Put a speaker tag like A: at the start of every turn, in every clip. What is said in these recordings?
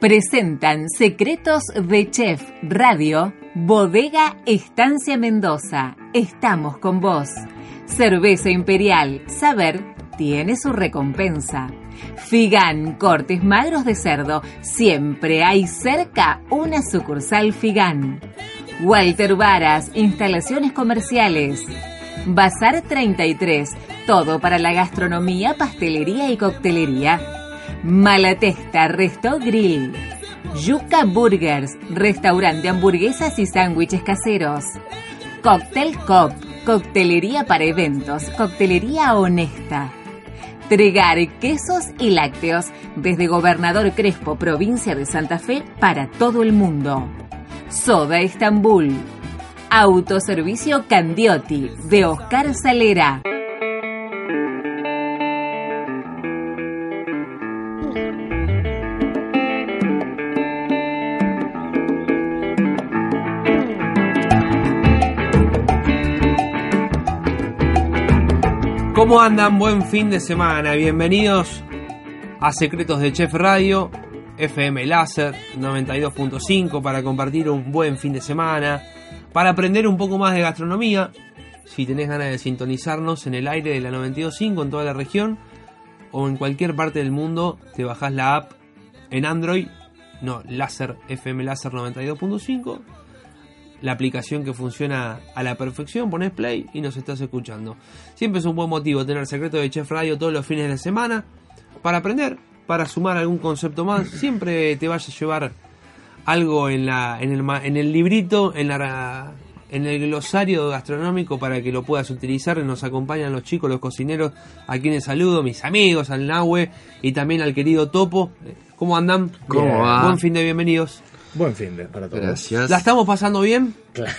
A: Presentan Secretos de Chef Radio, Bodega Estancia Mendoza. Estamos con vos. Cerveza Imperial, saber tiene su recompensa. Figan, cortes magros de cerdo, siempre hay cerca una sucursal Figan. Walter Varas, instalaciones comerciales. Bazar 33, todo para la gastronomía, pastelería y coctelería. Malatesta Resto Grill. Yuca Burgers, restaurante de hamburguesas y sándwiches caseros. Cocktail Cop, coctelería para eventos, coctelería honesta. Tregar quesos y lácteos desde Gobernador Crespo, provincia de Santa Fe, para todo el mundo. Soda Estambul. Autoservicio Candiotti, de Oscar Salera.
B: ¿Cómo andan? Buen fin de semana. Bienvenidos a Secretos de Chef Radio, FM Láser 92.5 para compartir un buen fin de semana, para aprender un poco más de gastronomía. Si tenés ganas de sintonizarnos en el aire de la 92.5 en toda la región o en cualquier parte del mundo, te bajás la app en Android, no, Láser FM Láser 92.5 la aplicación que funciona a la perfección, pones play y nos estás escuchando. Siempre es un buen motivo tener secreto de Chef Radio todos los fines de la semana para aprender, para sumar algún concepto más. Siempre te vas a llevar algo en, la, en, el, ma- en el librito, en, la, en el glosario gastronómico para que lo puedas utilizar. Nos acompañan los chicos, los cocineros, a quienes saludo, mis amigos, al Nahue y también al querido Topo. ¿Cómo andan?
C: ¿Cómo va?
B: Buen fin de bienvenidos.
C: Buen fin de para todos.
B: ¿La
D: Gracias.
B: estamos pasando bien?
C: Claro,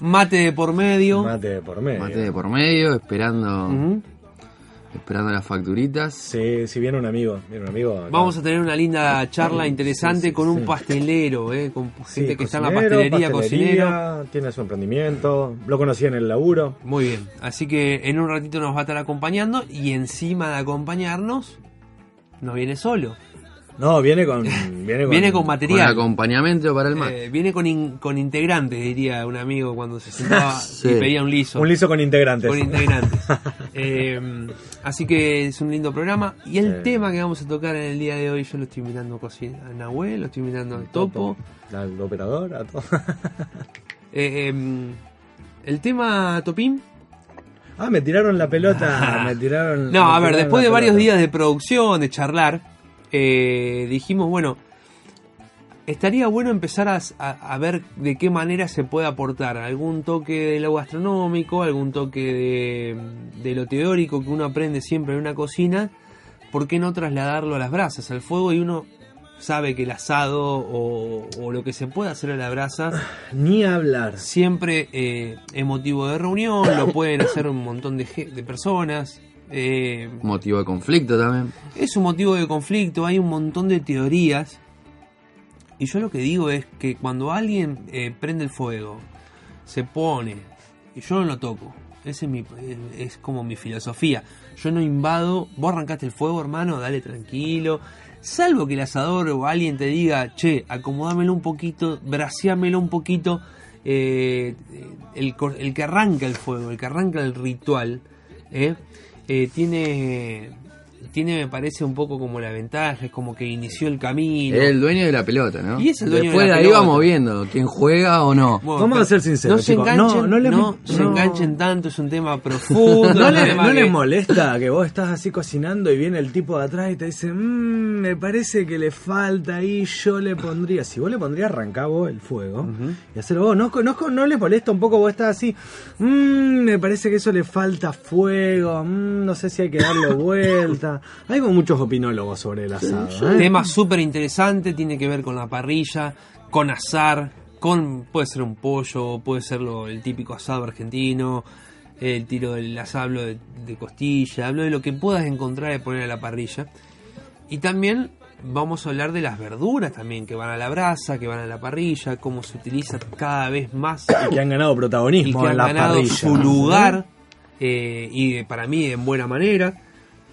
B: Mate de por medio.
C: mate de por medio.
D: Mate de por medio, esperando,
B: Ujú.
D: esperando las facturitas.
C: Sí, si viene un amigo, viene un amigo. acá.
B: Vamos a tener una linda charla interesante con un pastelero, eh, con
C: Sí,
B: gente que está en la
C: cocinero,
B: pastelería, cocinero.
C: Tiene su emprendimiento, lo conocí en el laburo.
B: Muy bien, así que en un ratito nos va a estar acompañando y encima de acompañarnos, no viene solo,
C: No, viene con. Viene con,
B: viene con
D: Con
B: material,
D: acompañamiento para el mate.
B: eh, viene con, in- con integrantes, diría un amigo cuando se sentaba
D: Sí.
B: y pedía un liso.
C: Un liso con integrantes.
B: Con integrantes. Eh, así que es un lindo programa. Y el
C: Sí.
B: tema que vamos a tocar en el día de hoy, yo lo estoy mirando a cocina- a Nahuel, lo estoy mirando al topo.
C: Al operador, a todo.
B: Eh, em, el tema Topín.
C: Ah, me tiraron la pelota. me tiraron.
B: No,
C: me
B: a ver,
C: tiraron
B: después
C: la
B: de varios
C: pelota.
B: días de producción, de charlar, eh, dijimos, bueno, estaría bueno empezar a, a- a ver de qué manera se puede aportar algún toque de lo gastronómico, algún toque de, de lo teórico que uno aprende siempre en una cocina, ¿por qué no trasladarlo a las brasas, al fuego? Y uno sabe que el asado o, o lo que se puede hacer a la brasa
C: Ni hablar.
B: siempre eh, es motivo de reunión, lo pueden hacer un montón de, ge- de personas. eh,
D: Motivo de conflicto también.
B: es un motivo de conflicto, hay un montón de teorías. Y yo lo que digo es que cuando alguien eh, prende el fuego, se pone, y yo no lo toco. Ese es, mi- eh, es como mi filosofía. Yo no invado, vos arrancaste el fuego, hermano, dale tranquilo. Salvo que el asador o alguien te diga, che, acomodámelo un poquito, braseámelo un poquito. eh, el, co- el que arranca el fuego, el que arranca el ritual, eh, eh, tiene, tiene, me parece, un poco como la ventaja, es como que inició el camino.
D: Es el dueño de la pelota, ¿no?
B: Y es el dueño de
D: Después
B: la
D: ahí
B: pelota.
D: vamos viendo quién juega o no.
B: Bueno,
C: Vamos a
B: pero
C: ser sinceros,
B: No se
C: chicos.
B: enganchen,
C: No, no les-
B: no se
C: no.
B: enganchen tanto, es un tema profundo.
C: ¿No,
B: es un
C: le,
B: tema
C: no
B: que-
C: les molesta que vos estás así cocinando y viene el tipo de atrás y te dice, "Mm, me parece que le falta ahí, yo le pondría, si vos le pondrías arrancá vos el fuego y hacerlo vos, no, no, no les molesta un poco, vos estás así, "Mm, me parece que eso le falta fuego, mm, no sé si hay que darle vuelta. Hay como muchos opinólogos sobre el asado. ¿eh?
B: Tema súper interesante, tiene que ver con la parrilla, con asar, con puede ser un pollo, puede ser lo- el típico asado argentino, el tiro del asado, hablo de, de costilla, hablo de lo que puedas encontrar de poner a la parrilla. Y también vamos a hablar de las verduras también, que van a la brasa, que van a la parrilla, cómo se utiliza cada vez más
C: Que han ganado
B: y
C: protagonismo
B: que
C: en
B: han
C: la
B: ganado
C: parrilla.
B: su lugar eh, y de- para mí en buena manera.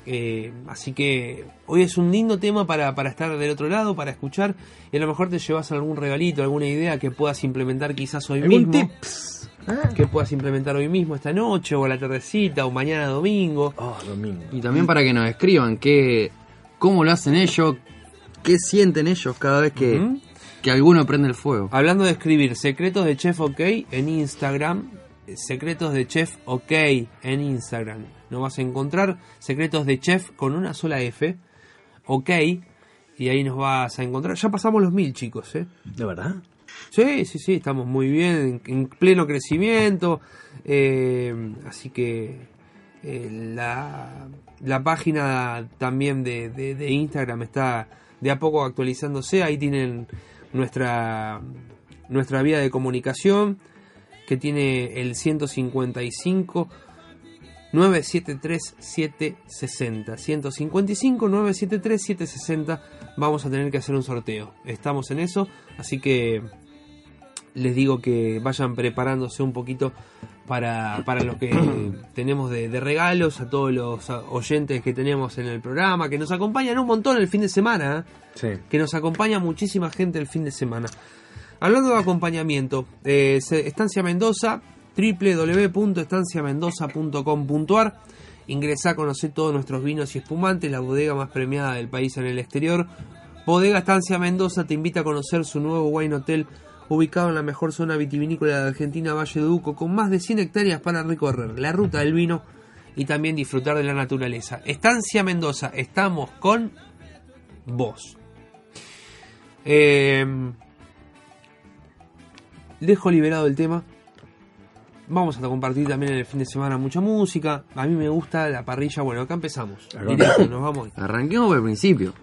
B: Eh, así que hoy es un lindo tema para, para estar del otro lado, para escuchar. Y a lo mejor te llevas algún regalito, alguna idea que puedas implementar quizás hoy
C: ¿Algún
B: mismo.
C: tips? ¿Ah?
B: Que puedas implementar hoy mismo, esta noche, o a la tardecita, o mañana domingo.
C: Oh, domingo.
D: Y también para que nos escriban qué, cómo lo hacen ellos, qué sienten ellos cada vez que,
B: Ujú. Ah.
D: que alguno prende el fuego.
B: Hablando de escribir, secretos de Chef OK en Instagram. eh, Secretos de Chef OK en Instagram. No vas a encontrar secretos de Chef con una sola F. OK. Y ahí nos vas a encontrar. Ya pasamos los mil, chicos, ¿eh?
C: ¿De verdad?
B: Sí, sí, sí, estamos muy bien, en, en pleno crecimiento. eh, así que eh, la, la página también de, de- de Instagram está de a poco actualizándose. Ahí tienen nuestra, nuestra vía de comunicación que tiene el 155. 973 760 155 973 760 vamos a tener que hacer un sorteo estamos en eso así que les digo que vayan preparándose un poquito para, para lo que tenemos de, de regalos a todos los a- oyentes que tenemos en el programa, que nos acompañan un montón el fin de semana, ¿eh?
C: Sí.
B: que nos acompaña muchísima gente el fin de semana. Hablando de acompañamiento, eh, se- Estancia Mendoza, www.estanciamendoza.com.ar. Ingresá, conocer todos nuestros vinos y espumantes, la bodega más premiada del país en el exterior. Bodega Estancia Mendoza te invita a conocer su nuevo wine hotel ubicado en la mejor zona vitivinícola de Argentina, Valle Duco, con más de 100 hectáreas para recorrer la ruta del vino y también disfrutar de la naturaleza. Estancia Mendoza, estamos con vos. Eh, dejo liberado el tema. Vamos a compartir también en el fin de semana mucha música. A mí me gusta la parrilla. Bueno, acá empezamos.
C: Acá.
B: Directo, nos vamos.
D: Arranquemos por el principio.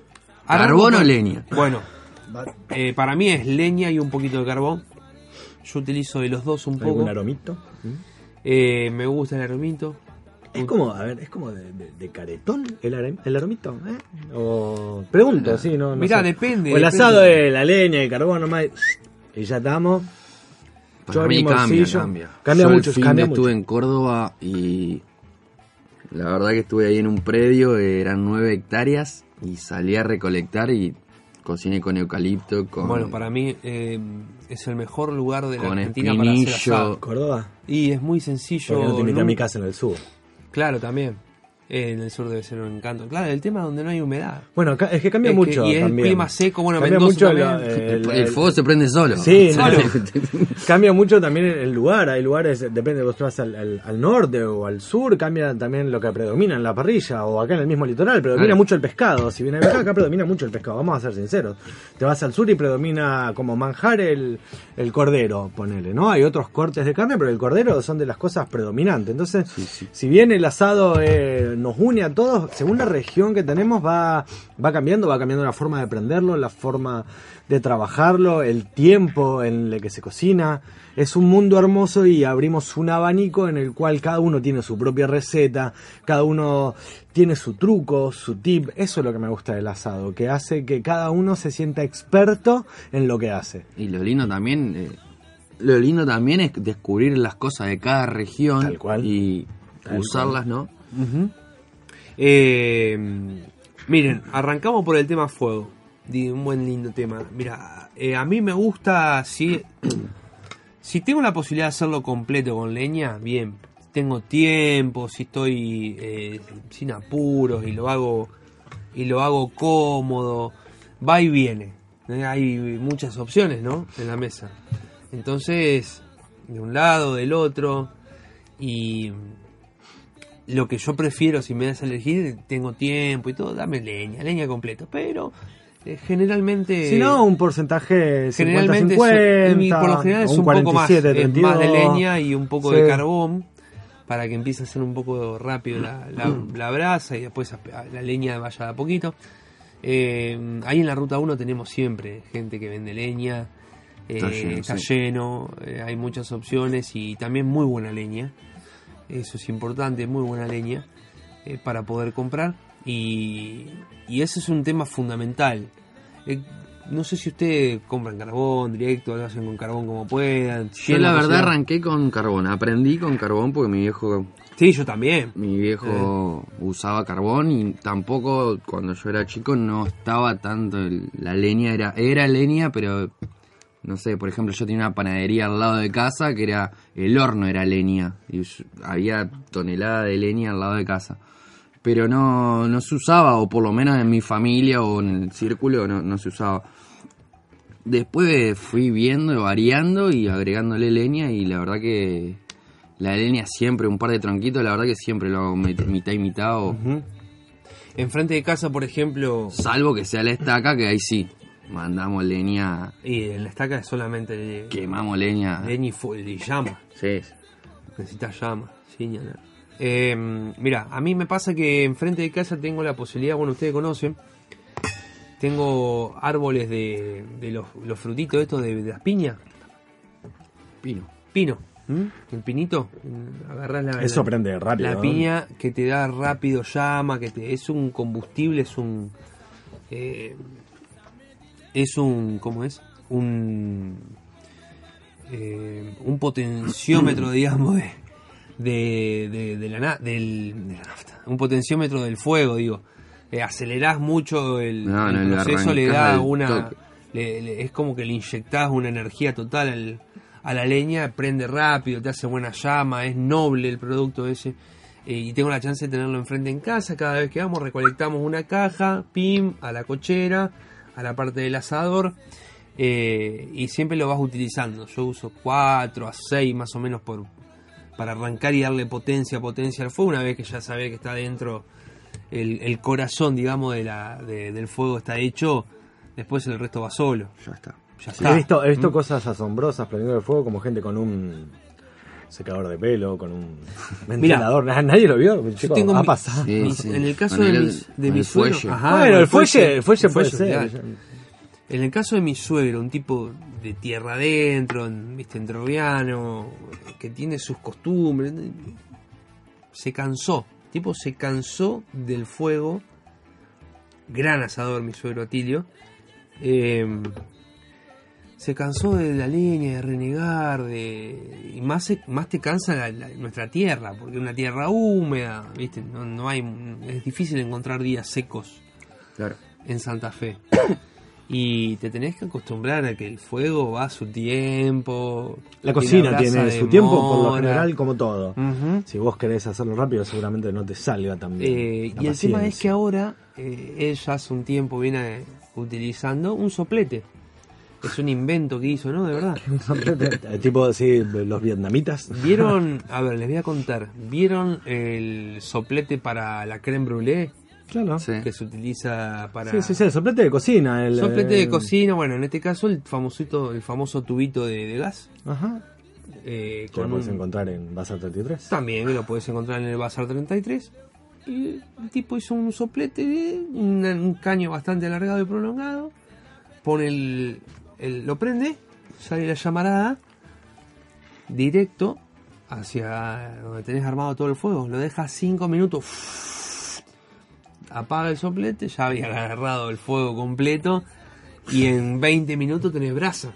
B: Arranco
D: ¿Carbón o
B: con-
D: leña?
B: Bueno, eh, para mí es leña y un poquito de carbón. Yo utilizo de los dos un poco.
C: ¿Algún aromito? ¿Mm?
B: Eh, me gusta el aromito.
C: Es como, a ver, es como de, de- de caretón el, are- el aromito, ¿eh? O pregunto, sí, no, no
B: Mirá,
C: sé.
B: depende,
C: O el
B: depende.
C: asado de la leña, el carbón nomás. Y ya estamos.
D: Para
C: Chori,
D: mí cambia,
C: morcillo.
D: cambia.
C: Cambia
D: Yo el
C: mucho,
D: fin
C: cambia
D: de estuve
C: mucho.
D: en Córdoba y la verdad que estuve ahí en un predio, eran nueve hectáreas y salí a recolectar y cociné con eucalipto, con,
B: Bueno, para mí eh, es el mejor lugar de la
D: con
B: Argentina para hacer
D: espinillo.
B: asado.
C: Córdoba.
B: Y es muy sencillo.
C: Yo no te invité a mi
B: nunca-
C: casa en el sur.
B: Claro, también. Eh, en el sur debe ser un encanto. Claro, el tema donde no hay humedad.
C: Bueno, acá- es que cambia
B: Es que-
C: mucho.
B: y es
C: también.
B: clima seco, bueno,
C: Cambia
B: Mendoza
C: mucho
B: también.
C: la-
D: el,
C: el-
D: el fuego se prende solo.
C: Sí, no,
B: Solo.
C: no. cambia mucho también el- el lugar. Hay lugares, depende, vos te vas al, al- al norte o al sur, cambia también lo que predomina en la parrilla o acá en el mismo litoral. Predomina
D: Claro.
C: mucho el pescado. Si bien acá, acá predomina mucho el pescado, vamos a ser sinceros. Te vas al sur y predomina como manjar el, el cordero, ponele, ¿no? Hay otros cortes de carne, pero el cordero son de las cosas predominantes. Entonces, si bien el asado eh, nos une a todos, según la región que tenemos va, va cambiando, va cambiando la forma de prenderlo, la forma de trabajarlo, el tiempo en el que se cocina. Es un mundo hermoso y abrimos un abanico en el cual cada uno tiene su propia receta, cada uno tiene su truco, su tip. Eso es lo que me gusta del asado, que hace que cada uno se sienta experto en lo que hace.
D: Y lo lindo también, eh, lo lindo también es descubrir las cosas de cada región
C: Tal cual.
D: y
C: Tal
D: usarlas, ¿no?
B: Ujú. Eh, miren, arrancamos por el tema fuego. Di- Un buen lindo tema. Mira, eh, a mí me gusta si, si tengo la posibilidad de hacerlo completo con leña, bien. Si tengo tiempo, si estoy eh, sin apuros y lo hago y lo hago cómodo, va y viene. Eh, Hay muchas opciones, ¿no? En la mesa. Entonces, de un lado, del otro y lo que yo prefiero si me das a elegir, tengo tiempo y todo, dame leña, leña completo. Pero eh, generalmente.
C: Si no, un porcentaje 50-50.
B: generalmente es- y por lo general es
C: o
B: un, poco más,
C: 47,
B: es más de
C: 32.
B: leña y un poco de
C: Sí.
B: carbón para que empiece a ser un poco rápido la, la- la brasa y después a- a la leña vaya de a poquito. Eh, ahí en la ruta 1 tenemos siempre gente que vende leña, eh, está
D: Está
B: lleno,
D: lleno, sí.
B: eh, hay muchas opciones y también muy buena leña. Eso es importante, muy buena leña eh, para poder comprar. Y, y ese es un tema fundamental. Eh, no sé si ustedes compran carbón directo, lo hacen con carbón como puedan.
D: Yo
B: tienen
D: la verdad
B: posibilidad.
D: arranqué con carbón, aprendí con carbón porque mi viejo
B: Sí, yo también.
D: Mi viejo usaba carbón y tampoco cuando yo era chico no estaba tanto el- la leña, era, era leña, pero no sé, por ejemplo yo tenía una panadería al lado de casa que era, el horno era leña, y yo- había tonelada de leña al lado de casa. Pero no, no se usaba, o por lo menos en mi familia o en el círculo no, no se usaba. Después fui viendo, y variando y agregándole leña y la verdad que la leña siempre, un par de tronquitos, la verdad que siempre lo hago mit- mitad y mitad o...
B: Ujú. Enfrente de casa, por ejemplo,
D: Salvo que sea la estaca, que ahí sí, mandamos leña,
B: y en la estaca es solamente
D: quemamos leña.
B: leña y, fu- y llama.
D: Sí.
B: Necesitas llama, señalar. Eh, mira, a mí me pasa que enfrente de casa tengo la posibilidad, bueno, ustedes conocen, tengo árboles de, de los, los frutitos estos de, de las piñas,
D: Pino.
B: pino, ¿m? el pinito, mm, agarrás la,
C: Eso
B: la-
C: prende rápido.
B: la
C: ¿no?
B: piña que te da rápido llama, que te, es un combustible, es un... eh, es un... ¿Cómo es? Un... eh, un potenciómetro, digamos, de, de, de- de la, na- del, de la nafta. Un potenciómetro del fuego, digo. Eh, acelerás mucho el,
D: No, no,
B: el
D: le
B: proceso, le
D: arrancás
B: da
D: al
B: una...
D: toque.
B: le- le- es como que le inyectás una energía total al- a la leña, prende rápido, te hace buena llama, es noble el producto ese. Eh, y tengo la chance de tenerlo enfrente en casa. Cada vez que vamos, recolectamos una caja, pim, a la cochera, a la parte del asador. eh, y siempre lo vas utilizando. Yo uso 4 a 6 más o menos por, para arrancar y darle potencia, potencia al fuego. Una vez que ya sabés que está dentro el, el corazón, digamos, de la, de- del fuego está hecho, después el resto va solo.
D: Ya está.
B: Ya
C: He
B: está.
C: visto, he visto cosas asombrosas prendiendo el fuego, como gente con un secador de pelo, con un ventilador. Nah, Nadie lo vio. chico,
B: tengo
C: ha
B: mi-
C: pasado.
D: Sí,
B: Mis-
D: sí.
B: En el caso
D: Con
B: de
D: el-
B: mis, de
D: con
B: mi
D: el
B: suegro-
D: fuelle.
B: Ajá,
C: bueno,
B: con
C: el fuelle, el fuelle
B: el
C: puede
B: fuelle,
C: ser.
B: claro. En el caso de mi suegro, un tipo de tierra adentro, en- viste, entroviano, que tiene sus costumbres, se cansó. El tipo se cansó del fuego. Gran asador, mi suegro Atilio. Eh, se cansó de la leña, de renegar, de... y más, se- más te cansa la- la- nuestra tierra, porque es una tierra húmeda, ¿viste? No, no hay, es difícil encontrar días secos
D: Claro.
B: en Santa Fe. Y te tenés que acostumbrar a que el fuego va a su tiempo.
C: La
B: que
C: cocina
B: brasa
C: tiene su tiempo, por lo
B: demora.
C: general, como todo.
B: Ujú.
C: Si vos querés hacerlo rápido, seguramente no te salga tan bien.
B: Eh,
C: La
B: y el tema es que
C: paciencia.
B: ahora eh, él ya hace un tiempo viene utilizando un soplete. Es un invento que hizo, ¿no? De verdad.
C: Eh, tipo, sí, los vietnamitas.
B: ¿Vieron? A ver, les voy a contar. ¿Vieron el soplete para la creme brûlée
C: Claro.
D: Sí.
B: que se utiliza para.
C: Sí, sí, sí, el soplete de cocina. El, eh,
B: Soplete de
C: el-
B: cocina, bueno, en este caso el famosito, el famoso tubito de, de gas.
C: Ajá.
B: eh,
C: Que lo
B: con
C: puedes
B: un-
C: encontrar en Bazar 33.
B: También lo puedes encontrar en el Bazar 33. Y el tipo hizo un soplete, de una- un caño bastante alargado y prolongado. Pone el, el- Lo prende, sale la llamarada directo hacia donde tenés armado todo el fuego. Lo dejas 5 minutos. Apaga el soplete, ya había agarrado el fuego completo. Y en 20 minutos tenés brasa.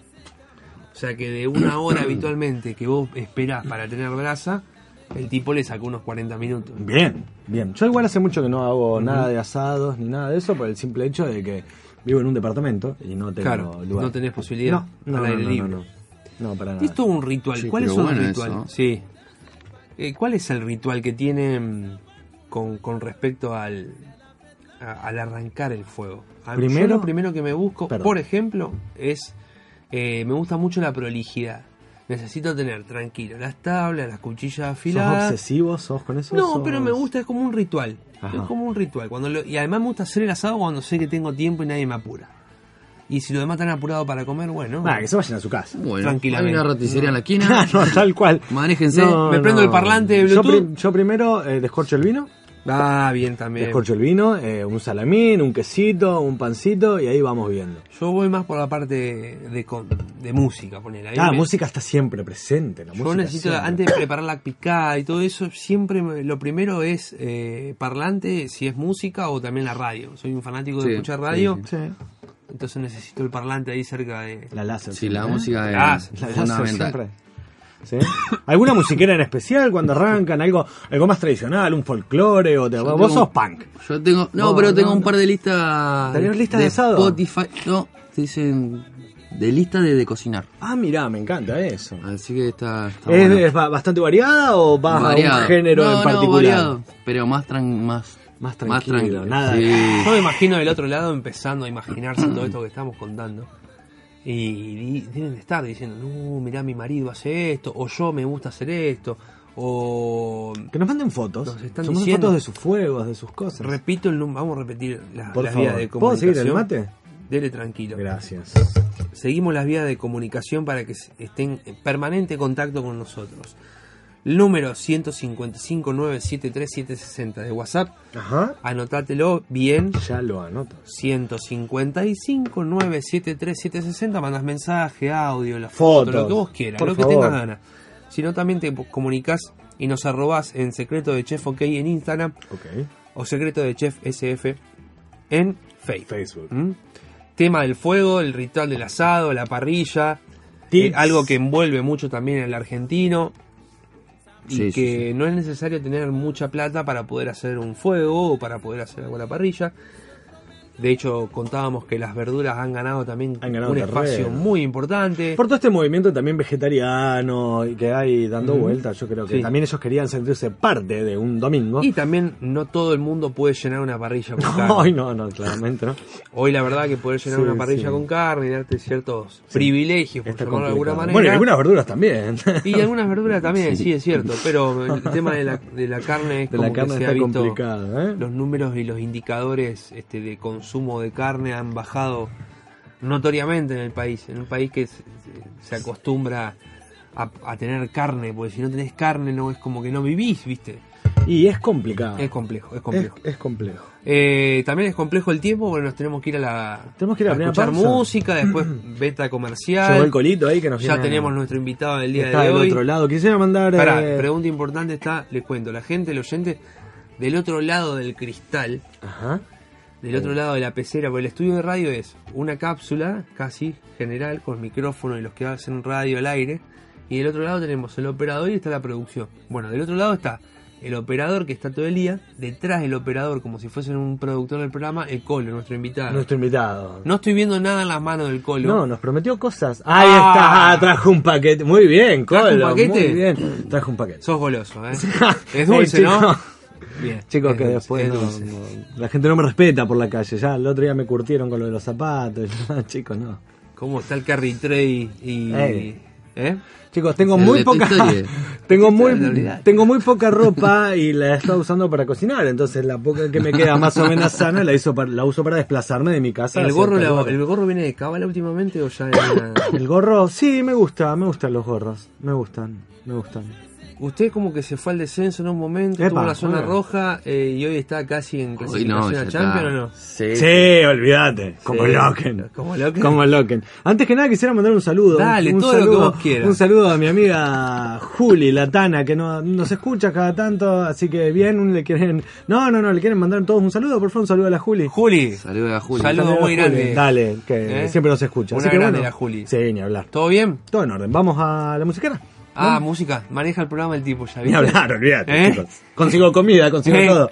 B: O sea que de una hora habitualmente que vos esperás para tener brasa, el tipo le sacó unos 40 minutos.
C: Bien, bien. Yo igual hace mucho que no hago nada de asados ni nada de eso por el simple hecho de que vivo en un departamento y no tengo
B: Claro,
C: lugar.
B: no tenés posibilidad
C: No, no,
B: al
C: no,
B: aire
C: no,
B: libre.
C: no, no. No, para nada.
B: Es todo un ritual.
D: Sí,
B: ¿Cuál es
D: pero bueno
B: el ritual?
D: eso, ¿no?
B: Sí. Eh, ¿Cuál es el ritual que tiene mm, con, con respecto al, a- al arrancar el fuego? A- yo
C: Primero-
B: lo primero que me busco,
C: Perdón.
B: por ejemplo, es. eh, me gusta mucho la prolijidad. Necesito tener tranquilo las tablas, las cuchillas
C: ¿Sos
B: afiladas.
C: obsesivo? ¿Sos con eso?
B: No,
C: ¿Sos-
B: pero me gusta, es como un ritual.
C: Ajá.
B: Es como un ritual. Cuando lo- y además me gusta hacer el asado cuando sé que tengo tiempo y nadie me apura. Y si los demás están apurados para comer, bueno.
C: Ah, que se vayan a su casa.
D: Bueno,
B: Tranquilamente.
D: hay una roticería en la esquina.
C: Claro, tal cual.
D: Manéjense,
B: me prendo el parlante de
C: Yo,
B: Bluetooth.
C: pri- yo primero eh, descorcho el vino.
B: Ah, bien también.
C: Descorcho el vino, eh, un salamín, un quesito, un pancito y ahí vamos viendo.
B: Yo voy más por la parte de, con- de música, poner ahí.
C: Ah,
B: me-
C: música está siempre presente. La
B: Yo
C: música
B: necesito,
C: siempre.
B: antes de preparar la picada y todo eso, siempre me- lo primero es eh, parlante, si es música o también la radio. Soy un fanático de
D: Sí,
B: escuchar
D: sí,
B: radio,
D: sí.
B: entonces necesito el parlante ahí cerca de...
C: La láser.
D: Sí, la
C: siempre, ¿eh?
D: música es
B: Ah, sí,
C: La láser
D: fundamental.
C: siempre. ¿sí? ¿Alguna musiquera en especial cuando arrancan? ¿Algo algo más tradicional? ¿Un folclore? o te-
D: Yo
C: Vos
D: tengo-
C: sos punk.
D: Yo tengo. No,
C: No,
D: pero
C: no,
D: tengo un
C: no.
D: par de listas.
C: ¿Tenés listas de asado?
D: Spotify. No, te dicen. De lista de, de cocinar.
C: Ah, mirá, me encanta eso.
D: Así que está. está
C: ¿Es,
D: bueno.
C: es ba- bastante variada o va a
D: Variado.
C: un género
D: No,
C: en
D: no,
C: particular?
D: variado, pero más, tran- más,
C: Más tranquilo,
D: tranquilo,
C: nada.
D: sí.
B: Yo me imagino del otro lado empezando a imaginarse todo esto que estamos contando. Y, di- deben de estar diciendo, no, mirá, mi marido hace esto, o yo me gusta hacer esto, o
C: Que nos manden fotos.
B: Nos están
C: Somos
B: diciendo.
C: fotos de sus fuegos, de sus cosas.
B: repito el número, vamos a repetir las,
C: Por
B: las
C: favor.
B: vías de
C: ¿Puedo
B: comunicación.
C: seguir el mate?
B: Dele tranquilo.
C: Gracias.
B: Seguimos las vías de comunicación para que se- estén en permanente contacto con nosotros. Número 155-973-760 de WhatsApp.
C: Ajá.
B: Anotátelo bien.
C: Ya lo anoto.
B: 155 973 760 mandas mensaje, audio, la
C: Fotos,
B: foto, lo que vos quieras,
C: por
B: lo
C: favor.
B: que tengas ganas. Si no, también te comunicas y nos arrobás en secreto de Chef OK en Instagram
C: Ok.
B: o secreto de Chef SF en Facebook.
C: Facebook.
B: ¿Mm? Tema del fuego, el ritual del asado, la parrilla,
C: Tips.
B: eh, algo que envuelve mucho también al argentino y
D: Sí, sí,
B: que no es necesario tener mucha plata para poder hacer un fuego o para poder hacer algo a la parrilla. De hecho, contábamos que las verduras han ganado también
C: Han ganado
B: un
C: terreno.
B: espacio muy importante.
C: Por todo este movimiento también vegetariano y que hay dando vueltas, yo creo que
B: Sí.
C: también ellos querían sentirse parte de un domingo.
B: Y también no todo el mundo puede llenar una parrilla con
C: Ay,
B: carne.
C: no, no, claramente no.
B: Hoy la verdad que poder llenar
C: Sí,
B: una parrilla
C: sí.
B: con carne y darte ciertos privilegios, por
C: Está
B: llamarlo de alguna manera.
C: complicado. Bueno, y algunas verduras también.
B: Y algunas verduras también, sí, es cierto, pero el tema de la, de la carne es
C: De
B: como
C: la carne
B: que se ha
C: está
B: visto
C: complicado, ¿eh?
B: los números y los indicadores este, de consumo de carne han bajado notoriamente en el país, en un país que se, se acostumbra a, a tener carne, porque si no tenés carne no es como que no vivís, ¿viste?
C: Y es complicado.
B: Es complejo, es complejo.
C: Es- es complejo.
B: Eh, también es complejo el tiempo porque nos tenemos que ir a la
C: Tenemos que ir a la primera
B: escuchar
C: pausa.
B: música, después beta
C: Llegó el
B: comercial.
C: colito ahí que nos
B: Ya
C: viene-
B: tenemos nuestro invitado del día
C: Está
B: de
C: del
B: hoy.
C: otro lado. Quisiera mandar.
B: Pará,
C: eh,
B: pregunta importante está, les cuento, la gente, el oyente, del otro lado del cristal,
C: Ajá.
B: del otro lado de la pecera, porque el estudio de radio es una cápsula casi general con micrófono y los que hacen radio al aire, y del otro lado tenemos el operador y está la producción. Bueno, del otro lado está el operador que está todo el día, detrás del operador, como si fuesen un productor del programa, el Colo, nuestro invitado.
C: Nuestro invitado.
B: No estoy viendo nada en las manos del Colo.
C: No, nos prometió cosas. Ahí
B: Ah.
C: está, trajo un paquete. Muy bien,
B: ¿Trajo un
C: Colo.
B: paquete?
C: Muy bien. Trajo un paquete.
B: Sos goloso, ¿eh? es dulce,
C: Ey,
B: ¿no?
C: chicos.
B: Bien,
C: Chicos,
B: es
C: que
B: dulce,
C: después
B: es
C: no-
B: dulce.
C: no- la gente no me respeta por la calle. Ya el otro día me curtieron con lo de los zapatos. Ya, chicos, no.
B: ¿Cómo está el carry trade y...
C: Ey.
B: ¿eh?
C: Chicos, tengo
D: El
C: muy
D: de
C: poca
D: Toy Story.
C: tengo
B: La
C: muy
B: realidad.
C: tengo muy poca ropa y la he estado usando para cocinar, entonces la poca que me queda más o menos sana la hizo para- la uso para desplazarme de mi casa.
B: ¿El,
C: hacia
B: gorro, la-
C: Calvario.
B: ¿El gorro viene de cábala últimamente o ya era-
C: El gorro, sí, me gusta, me gustan los gorros, me gustan, me gustan.
B: Usted como que se fue al descenso en un momento,
C: Epa,
B: estuvo en la zona
C: bueno.
B: roja eh, y hoy está casi en
D: Hoy no,
B: clasificación
D: ya
B: a
D: está.
B: Champions, ¿o no?
D: Sí.
C: Sí, olvídate, como
B: Sí,
C: loquen.
B: Como Loken.
C: Como Loken. Antes que nada quisiera mandar un saludo.
B: Dale,
C: un, un
B: todo lo que
C: saludo,
B: vos quieras.
C: Un saludo a mi amiga Juli, la Tana, que no- nos escucha cada tanto, así que bien, un- le quieren... No, no, no, le quieren mandar todos un saludo, por favor, un saludo a la Juli.
B: Juli,
D: Saludos a Julio.
B: Saludos.
C: Saludos
B: muy
C: a
B: grande.
C: Juli. Dale, que
B: ¿Eh?
C: siempre nos escucha.
B: Una
C: Así que
B: grande
C: bueno,
B: la Juli.
C: Sí, ni hablar.
B: ¿todo bien?
C: Todo en orden. Vamos a la musiquera.
B: Ah, música, maneja el programa el tipo ya,
C: Ni
B: ¿viste?
C: hablar, olvídate,
B: ¿Eh?
C: chicos. Consigo comida, consigo
B: ¿Eh?
C: todo.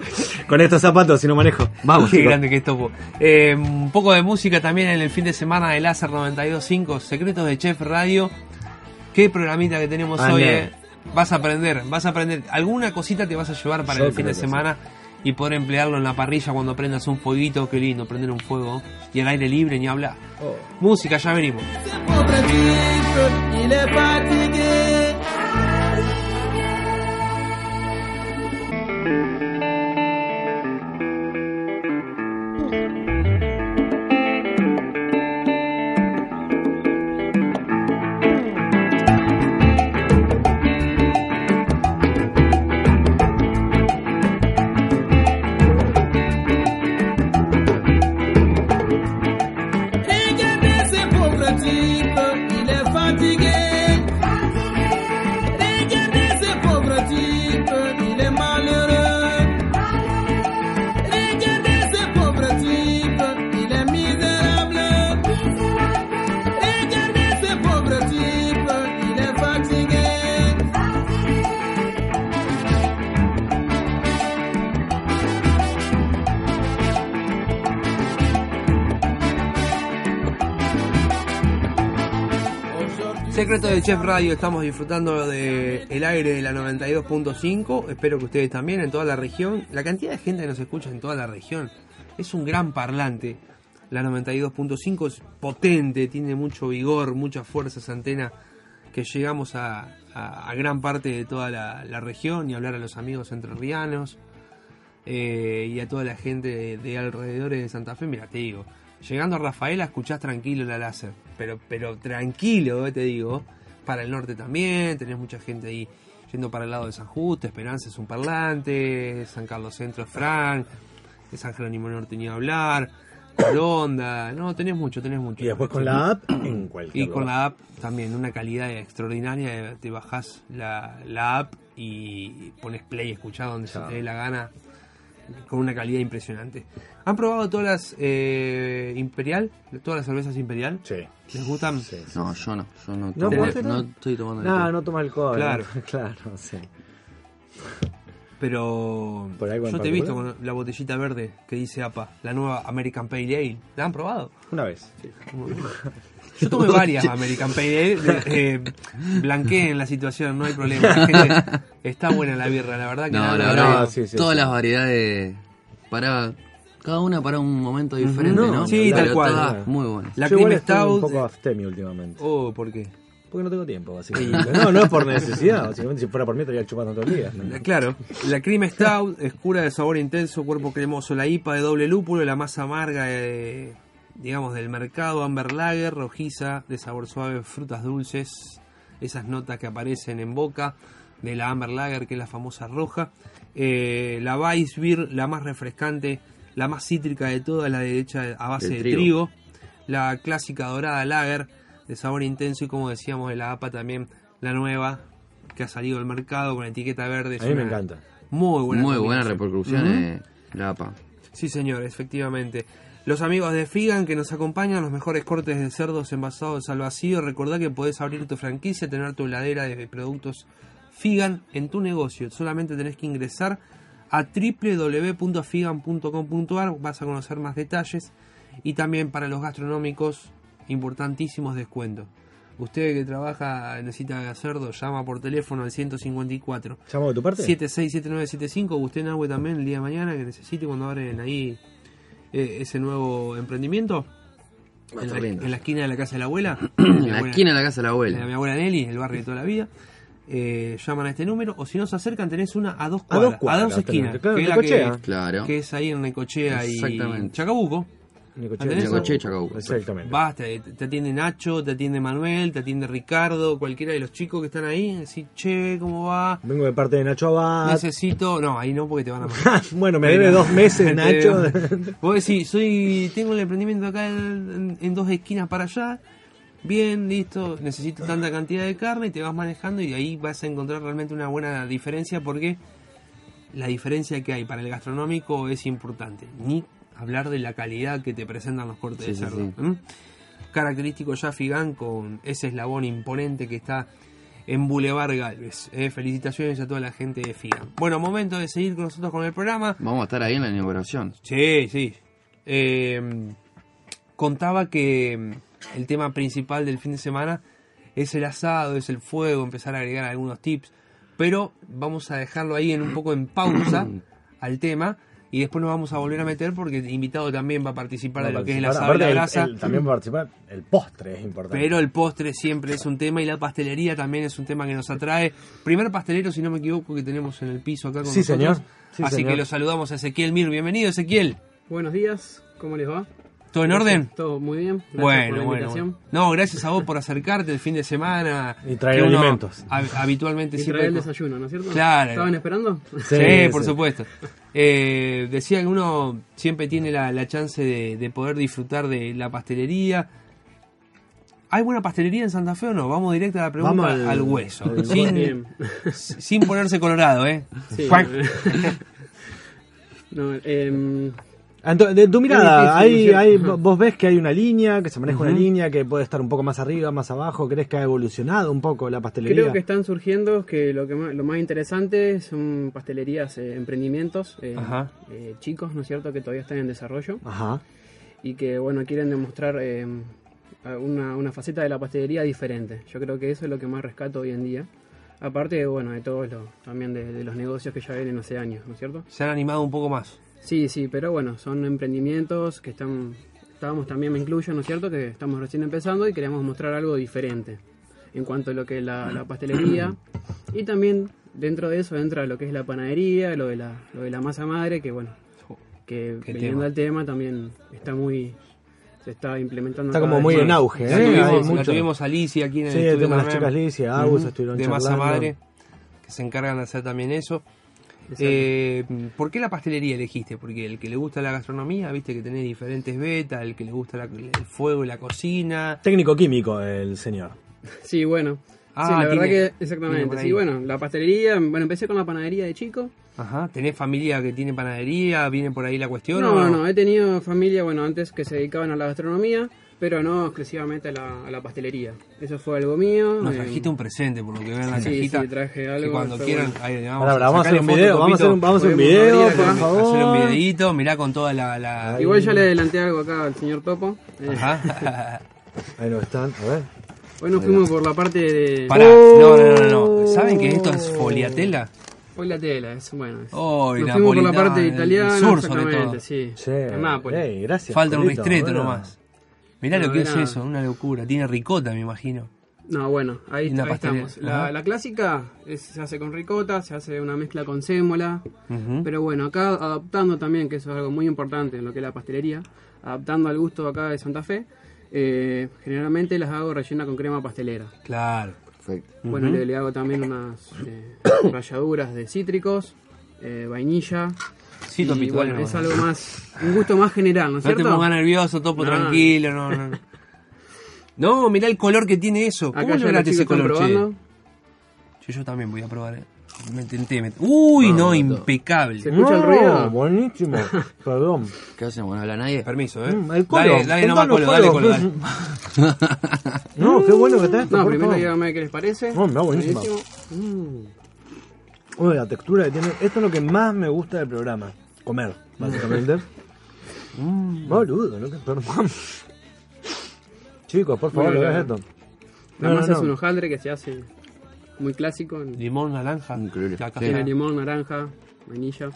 C: Con estos zapatos, si no manejo. Vamos,
B: Qué
C: chicos.
B: grande que es Topo. Eh, un poco de música también en el fin de semana de Láser 92.5, Secretos de Chef Radio. Qué programita que tenemos
C: Ah,
B: hoy,
C: no.
B: eh. Vas a aprender, vas a aprender. Alguna cosita te vas a llevar para
C: Yo
B: el fin
C: creo
B: de
C: que
B: semana y poder emplearlo en la parrilla cuando prendas un fueguito. Qué lindo, prender un fuego. Y al aire libre, ni hablar.
C: Oh.
B: Música, ya venimos.
E: Regardez ce pauvre type,
B: Secretos de Chef Radio, estamos disfrutando de el aire de la 92.5. Espero que ustedes también en toda la región. La cantidad de gente que nos escucha en toda la región es un gran parlante. La 92.5 es potente, tiene mucho vigor, mucha fuerza esa antena que llegamos a, a- a gran parte de toda la, la región y hablar a los amigos entrerrianos eh, y a toda la gente de, de alrededores de Santa Fe. Mira, te digo, llegando a Rafaela escuchás tranquilo la láser, pero, pero tranquilo, eh, te digo. Para el norte también, tenés mucha gente ahí yendo para el lado de San Justo, Esperanza es un parlante, San Carlos Centro es Frank, de San Jerónimo Norte ni hablar, Coronda, no, tenés mucho, tenés mucho.
C: Y después con la app, en cualquier
B: Y con
C: lugar.
B: la app también, una calidad extraordinaria. Te bajás la, la app y pones play, escuchás donde se te dé la gana, con una calidad impresionante. ¿Han probado todas las eh, Imperial? ¿Todas las cervezas Imperial?
C: Sí.
B: ¿Les gustan?
C: Sí.
D: No, yo no. Yo no,
C: ¿No
D: tomo-
C: podés, no?
D: no estoy tomando
C: No,
D: alcohol.
C: no toma alcohol.
B: Claro.
C: claro, sí.
B: Pero
C: ¿Por algo en
B: yo te he visto
C: particular?
B: con la botellita verde que dice APA, la nueva American Pale Ale. ¿La han probado?
C: Una vez.
B: Yo tomé varias American Pale Ale. eh, blanqueé en la situación, no hay problema. La gente- está buena la birra, la verdad que
D: No,
B: la
D: la
B: verdad
D: verdad,
C: no,
D: que
C: sí, sí,
D: todas
C: sí.
D: las variedades para cada una para un momento diferente,
C: No,
D: ¿no?
C: sí,
B: tal
D: Pero
B: cual.
D: todas muy buenas.
B: La
C: Yo igual
B: Cream
C: estoy un
B: Stout.
C: poco aftemi últimamente.
B: Oh, ¿por qué?
C: Porque no tengo tiempo, básicamente. No, no es por necesidad. Básicamente, si fuera por mí, estaría chupando todo el día.
B: La- Eh, Claro, la cream stout, escura de sabor intenso, cuerpo cremoso, la IPA de doble lúpulo, la más amarga, eh, digamos, del mercado, amber lager, rojiza, de sabor suave, frutas dulces, esas notas que aparecen en boca de la amber lager, que es la famosa roja, Eh, la Weiss Beer, la más refrescante, la más cítrica de todas, la de hecha a base
D: De
B: de
D: trigo.
B: trigo. la clásica dorada lager, de sabor intenso y como decíamos de la APA también, la nueva que ha salido al mercado con etiqueta verde. es
C: A mí me
B: una
C: encanta.
B: Muy buena.
D: muy buena
B: combinación.
D: repercusión
B: Ujú.
D: eh, la APA.
B: Sí, señor, efectivamente. Los amigos de Figan que nos acompañan, los mejores cortes de cerdos envasados al vacío. Recordá que podés abrir tu franquicia, tener tu heladera de productos Figan en tu negocio. Solamente tenés que ingresar a www.figan.com.ar, vas a conocer más detalles. Y también para los gastronómicos, importantísimos descuentos. Usted que trabaja, necesita cerdo, llama por teléfono al 154.
C: ¿Llamo de tu parte?
B: 767975, Agustín Nahue también el día de mañana que necesite cuando abren ahí eh, ese nuevo emprendimiento.
D: Va a
B: En la,
D: estar lindo.
B: en la esquina de la casa de la abuela.
D: En la esquina de la casa de la
B: de mi
D: abuela.
B: abuela Nelly, el barrio de toda la vida. Eh, llaman a este número o si no se acercan tenés una a dos
C: A dos
B: cuadras, a dos,
C: cuadras
B: esquinas,
C: tenés, claro,
B: que, es la
C: Necochea.
B: que,
D: Claro.
B: que es ahí en Necochea y
D: Exactamente.
B: Chacabuco.
C: Necochea.
B: ¿Entendés?
D: Necochea, Chacabuco.
C: Exactamente.
B: Vas, te, te atiende Nacho, te atiende Manuel, te atiende Ricardo, cualquiera de los chicos que están ahí, decís, che, ¿cómo va?
C: Vengo de parte de Nacho Abad.
B: Necesito. No, ahí no porque te van a matar.
C: bueno, me debe dos meses, Nacho.
B: Vos decís, soy, tengo el emprendimiento acá en, en dos esquinas para allá. Bien, listo, necesito tanta cantidad de carne y te vas manejando y ahí vas a encontrar realmente una buena diferencia porque la diferencia que hay para el gastronómico es importante. Ni hablar de la calidad que te presentan los cortes
D: Sí,
B: de
D: sí,
B: cerdo.
D: sí.
B: ¿m? Característico ya Figan con ese eslabón imponente que está en Boulevard Galvez. Eh, felicitaciones a toda la gente de Figan. Bueno, momento de seguir con nosotros con el programa.
D: Vamos a estar ahí en la inauguración.
B: Sí, sí. Eh, contaba que mm, el tema principal del fin de semana es el asado, es el fuego, empezar a agregar algunos tips. Pero vamos a dejarlo ahí en un poco en pausa al tema y después nos vamos a volver a meter porque el invitado también va a participar de lo que es el asado y
C: Aparte,
B: la
C: el-
B: grasa.
C: el- también participar. El postre es importante.
B: Pero el postre siempre es un tema y la pastelería también es un tema que nos atrae. Primer pastelero, si no me equivoco, que tenemos en el piso acá con
C: Sí,
B: nosotros.
C: señor. Sí,
B: Así
C: señor.
B: que lo saludamos a Ezequiel Mir. Bienvenido, Ezequiel.
E: Buenos días, ¿cómo les va?
B: ¿Todo en orden?
E: Todo muy bien. Gracias por la
B: Bueno, bueno,
E: invitación.
B: bueno. No, gracias a vos por acercarte el fin de semana.
C: Y traer
B: Que uno
C: alimentos.
B: hab- habitualmente
E: Y
B: siempre.
E: traer el desayuno, ¿no es cierto?
B: Claro.
E: ¿Estaban esperando?
B: Sí,
C: Sí,
B: por
C: sí.
B: supuesto. Eh, decía que uno siempre tiene la, la chance de, de poder disfrutar de la pastelería. ¿Hay buena pastelería en Santa Fe o no? Vamos directo a la pregunta
C: Vamos
B: al,
C: al-
B: hueso.
C: al-
B: sin,
E: Bien.
B: sin ponerse colorado, ¿eh?
E: Sí.
B: Juan.
E: no, em,
C: Anto- de tu mirada,
E: Es difícil,
C: hay,
E: ¿no es
C: hay-
E: cierto?
C: vos ves que hay una línea, que se maneja una línea, que puede estar un poco más arriba, más abajo. ¿Crees que ha evolucionado un poco la pastelería?
E: creo que están surgiendo que lo que más, lo más interesante son pastelerías, eh, emprendimientos eh,
B: Ajá.
E: eh, chicos, ¿no es cierto? Que todavía están en desarrollo
C: Ajá.
E: y que bueno quieren demostrar eh, a una, una faceta de la pastelería diferente. Yo creo que eso es lo que más rescato hoy en día. Aparte, bueno, de todos los, también de, de los negocios que ya vienen hace años, ¿no es cierto?
B: Se han animado un poco más.
E: Sí, sí, pero bueno, son emprendimientos que están, estábamos también, me incluyo, ¿no es cierto? Que estamos recién empezando y queríamos mostrar algo diferente en cuanto a lo que es la, la pastelería. Y también dentro de eso entra lo que es la panadería, lo de la, lo de la masa madre, que bueno, que
B: Qué
E: viniendo
B: tema.
E: al tema también está muy, se está implementando.
C: Está
E: cada
C: como
E: vez
C: muy
E: más.
C: en auge,
B: La
C: ¿eh? Hay
B: tuvimos, la
C: mucho.
B: tuvimos a Alicia aquí en el
C: Sí,
B: estudio
C: tengo las
B: también,
C: chicas Licia, Agus,
B: Ujú.
C: estuvieron
B: de masa
C: charlando.
B: madre, que se encargan de hacer también eso.
E: Exacto.
B: Eh, ¿Por qué la pastelería elegiste? Porque el que le gusta la gastronomía, viste que tenés diferentes betas, el que le gusta la- el fuego y la cocina.
C: Técnico químico el señor.
E: Sí, bueno.
B: Ah,
E: sí, la
B: tiene-
E: verdad que
B: tiene por
E: exactamente.
B: ahí.
E: Sí, bueno, la pastelería, bueno, empecé con la panadería de chico.
B: Ajá, ¿tenés familia que tiene panadería? ¿Viene por ahí la cuestión?
E: No,
B: o
E: no, no, he tenido familia, bueno, antes que se dedicaban a la gastronomía, pero no exclusivamente a la, a la pastelería. Eso fue algo mío.
B: Nos
E: eh,
B: trajiste un presente, por lo que veo en la
E: Sí,
B: cajita.
E: sí, traje algo,
B: Que cuando
E: fue
B: quieran,
E: bueno.
B: ahí le
C: Ahora, ahora, vamos a hacer un video, vamos a hacer un, vamos a hacer un
E: Podemos
C: video,
E: abrir
C: por
E: acá.
B: Hacer un
C: favor.
B: videito, mirá con toda la... la-
E: Igual ya le adelanté algo acá al señor Topo. Eh,
B: Ajá.
C: Ahí no están, a ver.
E: hoy nos fuimos por la parte de...
B: Pará, no, no, no, no. ¿Saben que esto es foliatela?
E: Hoy la tela, es bueno. es-
B: Oh, y
E: nos fuimos por la
B: napolitana,
E: parte
B: el- el
E: italiana,
B: sur, sobre
E: exactamente,
B: todo.
E: sí.
C: Sí,
E: en Nápoles.
C: ey, gracias.
B: pues. Falta un
C: Julito,
B: ristreto
C: bueno.
B: nomás. Mirá
E: No,
B: lo que es
E: era-
B: eso, una locura. Tiene ricota, me imagino.
E: No, bueno, ahí,
B: Y una
E: ahí
B: pastelería.
E: estamos. La,
B: Ajá.
E: la clásica es- se hace con ricota, se hace una mezcla con sémola.
B: Ujú.
E: Pero bueno, acá adaptando también, que eso es algo muy importante en lo que es la pastelería, adaptando al gusto acá de Santa Fe, eh, generalmente las hago rellena con crema pastelera.
B: Claro.
D: Perfecto.
E: Bueno, le, le hago también unas eh, ralladuras de cítricos, eh, vainilla.
B: Sí,
E: y,
B: topitual
E: bueno,
B: nomás.
E: es algo más, un gusto más general, ¿no es
B: No te
E: cierto?
B: pongas nervioso, topo
E: No.
B: tranquilo, no, no. no. No, mirá el color que tiene eso. ¿Cómo
E: Acá ya los
B: lograste
E: chicos
B: ese
E: están
B: color, che?
E: probando.
B: Yo, yo también voy a probar. eh. Me intenté. me- Uy, no, impecable.
E: ¿Se escucha el
C: No,
E: ruido?
C: buenísimo. Perdón.
D: ¿Qué hacemos? ¿No habla nadie?
B: Permiso, eh.
C: Mm, el colo.
B: Dale, dale nomás
C: Contanos,
B: colo, dale
C: colo.
B: colo, dale.
C: No, qué bueno que está esto.
E: No,
C: por
E: primero
C: favor.
E: dígame qué les parece.
C: No, no, buenísimo.
E: Buenísimo.
C: Uy, la textura que tiene. Esto es lo que más me gusta del programa. Comer, básicamente. Mm, Boludo, ¿no? Que- Perdón. Chicos, por favor,
E: Bueno,
C: veas
E: ya.
C: esto.
E: La
C: No, no,
E: masa es
C: no.
E: un hojaldre que se hace muy clásico. en-
B: Limón, naranja.
D: Increíble.
B: La cajera.
E: Tiene limón, naranja, vainilla.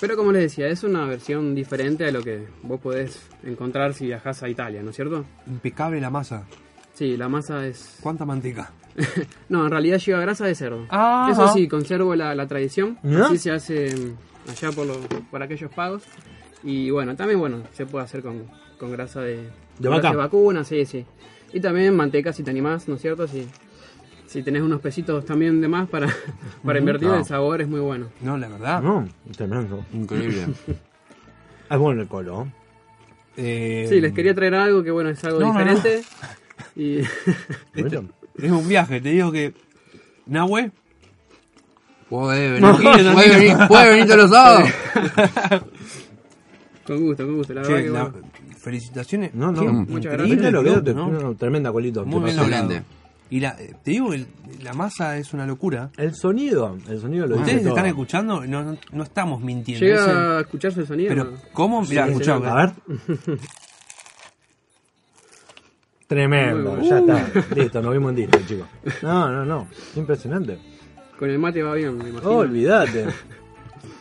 E: Pero como les decía, es una versión diferente a lo que vos podés encontrar si viajás a Italia, ¿no es cierto?
B: Impecable la masa.
E: Sí, la masa es...
B: ¿Cuánta manteca?
E: No, en realidad lleva grasa de cerdo.
B: Ah,
E: Eso
B: ajá.
E: sí, conservo la, la tradición.
C: Mirá.
E: Así se hace mm, allá por, los- por aquellos pagos. Y bueno, también bueno, se puede hacer con, con grasa de, con
C: vaca.
E: grasa de vacuna, sí, sí. Y también manteca si te animás, ¿no es cierto? Si, si tenés unos pesitos también de más para, para invertir,
D: Ah.
E: el sabor es muy bueno.
B: No, la verdad.
C: No, tremendo.
D: Increíble.
C: Es bueno el color.
B: Eh,
E: Sí, les quería traer algo que bueno, es algo
B: No, no, no.
E: diferente. Y
B: Este- Es un viaje, te digo que. Nahue,
D: Puede venir, puede venir, puede venir todos los sábados.
E: con gusto, con gusto, la
B: che,
E: verdad que
B: la-
E: bueno.
B: felicitaciones.
C: No, no.
B: Che,
E: Muchas
B: increíble
E: gracias.
C: Lo
B: el
C: que
B: producto,
C: te-
B: ¿no?
C: no, tremenda colito.
B: Muy
C: te
B: bien
C: pasó.
B: logrado.
D: Excelente.
B: Y la, eh, te digo, el- la masa es una locura.
C: El sonido, el sonido lo
B: Ustedes
C: dice todo.
B: están escuchando, no, no- no estamos mintiendo. es el-
E: Llega a escucharse el sonido.
B: Pero,
E: ¿no?
B: ¿cómo? Mirá,
E: Sí,
B: escuchá,
C: A ver. Tremendo, ya está. Listo, nos vimos en Disney, chicos. No, no, no. Impresionante.
E: Con el mate va bien, me imagino.
C: Oh, olvídate.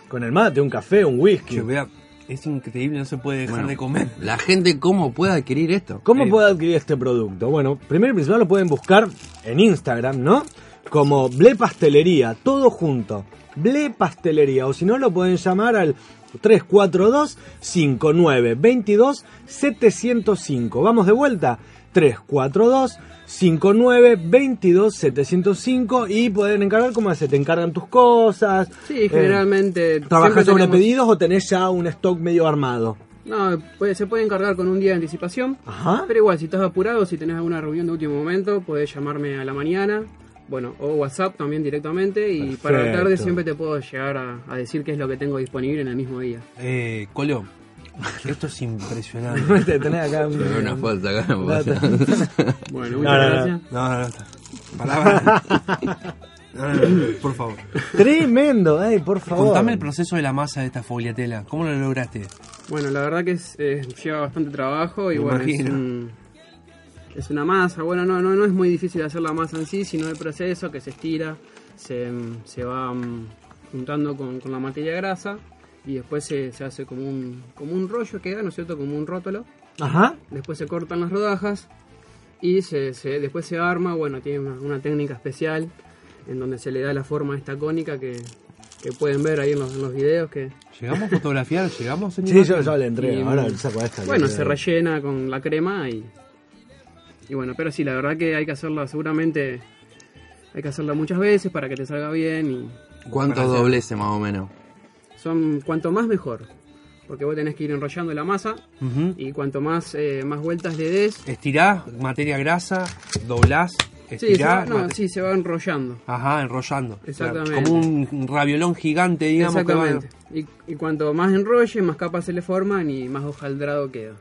C: Con el mate, un café, un whisky.
B: che, vea, es increíble, no se puede dejar
D: Bueno.
B: de comer.
D: La gente, ¿cómo puede adquirir esto?
C: ¿Cómo puedo adquirir este producto? Bueno, primero y principal lo pueden buscar en Instagram, ¿no? Como Ble Pastelería, todo junto. Ble Pastelería. O si no, lo pueden llamar al 342-5922-705. Vamos de vuelta. 342-5922-705 y pueden encargar como se te encargan tus cosas.
E: Sí,
C: Eh,
E: generalmente.
C: ¿Trabajás
E: siempre
C: sobre
E: tenemos-
C: pedidos o tenés ya un stock medio armado?
E: No, puede- se puede encargar con un día de anticipación.
C: Ajá.
E: Pero igual, si estás apurado, si tenés alguna reunión de último momento, podés llamarme a la mañana. Bueno, o WhatsApp también directamente. Y para la tarde
C: Perfecto.
E: siempre te puedo llegar a, a decir qué es lo que tengo disponible en el mismo día.
B: Eh, Colo, esto es impresionante.
C: Te tenés acá un-
D: Pero una falta acá. no
C: Data.
D: pasa.
E: Bueno,
C: No,
E: muchas
C: no, no.
E: gracias.
B: No, no, no. está. Pará, pará. No, no, no, por favor.
C: Tremendo, ay, por favor.
B: Contame el proceso de la masa de esta foliatela. ¿Cómo lo lograste?
E: Bueno, la verdad que es, eh, lleva bastante trabajo y
B: Me
E: bueno, es
B: imagino.
E: un, Es una masa, bueno, no, no, no es muy difícil hacer la masa en sí, sino el proceso que se estira, se, mm, se va mm, juntando con, con la materia grasa y después se, se hace como un, como un rollo, queda, ¿no es cierto? Como un rótulo.
C: Ajá.
E: Después se cortan las rodajas y se, se- después se arma, bueno, tiene una, una técnica especial en donde se le da la forma esta cónica que, que pueden ver ahí en los, en los videos que...
B: ¿Llegamos a fotografiar? ¿Llegamos, señor?
C: Sí, yo, yo le entrego.
E: Y,
C: Ahora
E: mm,
C: saco esta.
E: Bueno, se rellena con la crema y... Y bueno, pero sí, la verdad que hay que hacerla seguramente... Hay que hacerla muchas veces para que te salga bien y
D: ¿Cuántos
B: Gracias.
D: dobleces más o menos?
E: son cuanto más mejor. Porque vos tenés que ir enrollando la masa
B: Ujú.
E: y cuanto más, eh, más vueltas le des...
B: Estirás, materia grasa, doblás,
E: Sí, se va-
B: estirás.
E: no,
B: mate-
E: sí, se va enrollando.
B: Ajá, enrollando.
E: Exactamente.
B: Claro, Como un raviolón gigante, digamos. que va-
E: Exactamente. Y, y cuanto más enrolle, más capas se le forman y más hojaldrado queda.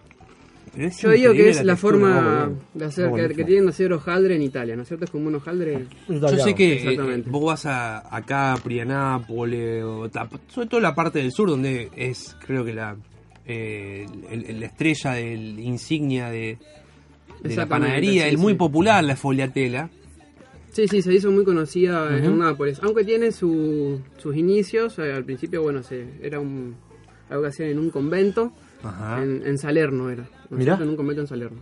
B: Pero es
E: Yo digo que
B: increíble
E: es la
B: textura,
E: forma
B: ¿no?
E: de hacer
B: Está
E: que, que
B: buenísimo.
E: tienen de hacer hojaldre en Italia, ¿no es cierto? Es como un hojaldre.
B: Yo sé que eh,
E: Exactamente.
B: vos vas a, acá, a Nápoles, o ta- sobre todo la parte del sur, donde es, creo que la, eh, el- el- la estrella del insignia de, de la
E: Exactamente,
B: panadería,
E: sí,
B: es muy
E: sí.
B: popular la foliatela.
E: Sí, sí, se hizo muy conocida
B: Ujú.
E: en Nápoles. Aunque tiene su- sus inicios, eh, al principio, bueno, se, era un, algo que hacían en un convento,
B: Ajá.
E: en, en Salerno era. ¿no es
C: Mirá.
E: cierto? En un convento en Salerno.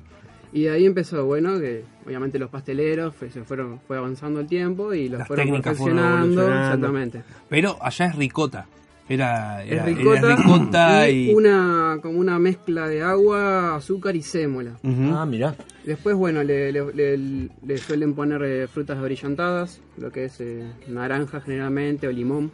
E: Y de ahí empezó, bueno, que obviamente los pasteleros fue, se fueron, fue avanzando el tiempo y los
B: Las
E: fueron
B: técnicas fueron
E: perfeccionando.
B: evolucionando.
E: Exactamente.
B: Pero allá es ricota. Era,
E: Es
B: era era
E: ricota,
B: ricota
E: y,
B: y...
E: una como una mezcla de agua, azúcar y sémola.
B: Ujú.
C: Ah, mirá.
E: Después, bueno, le, le- le- le suelen poner eh, frutas abrillantadas, lo que es eh, naranja generalmente o limón.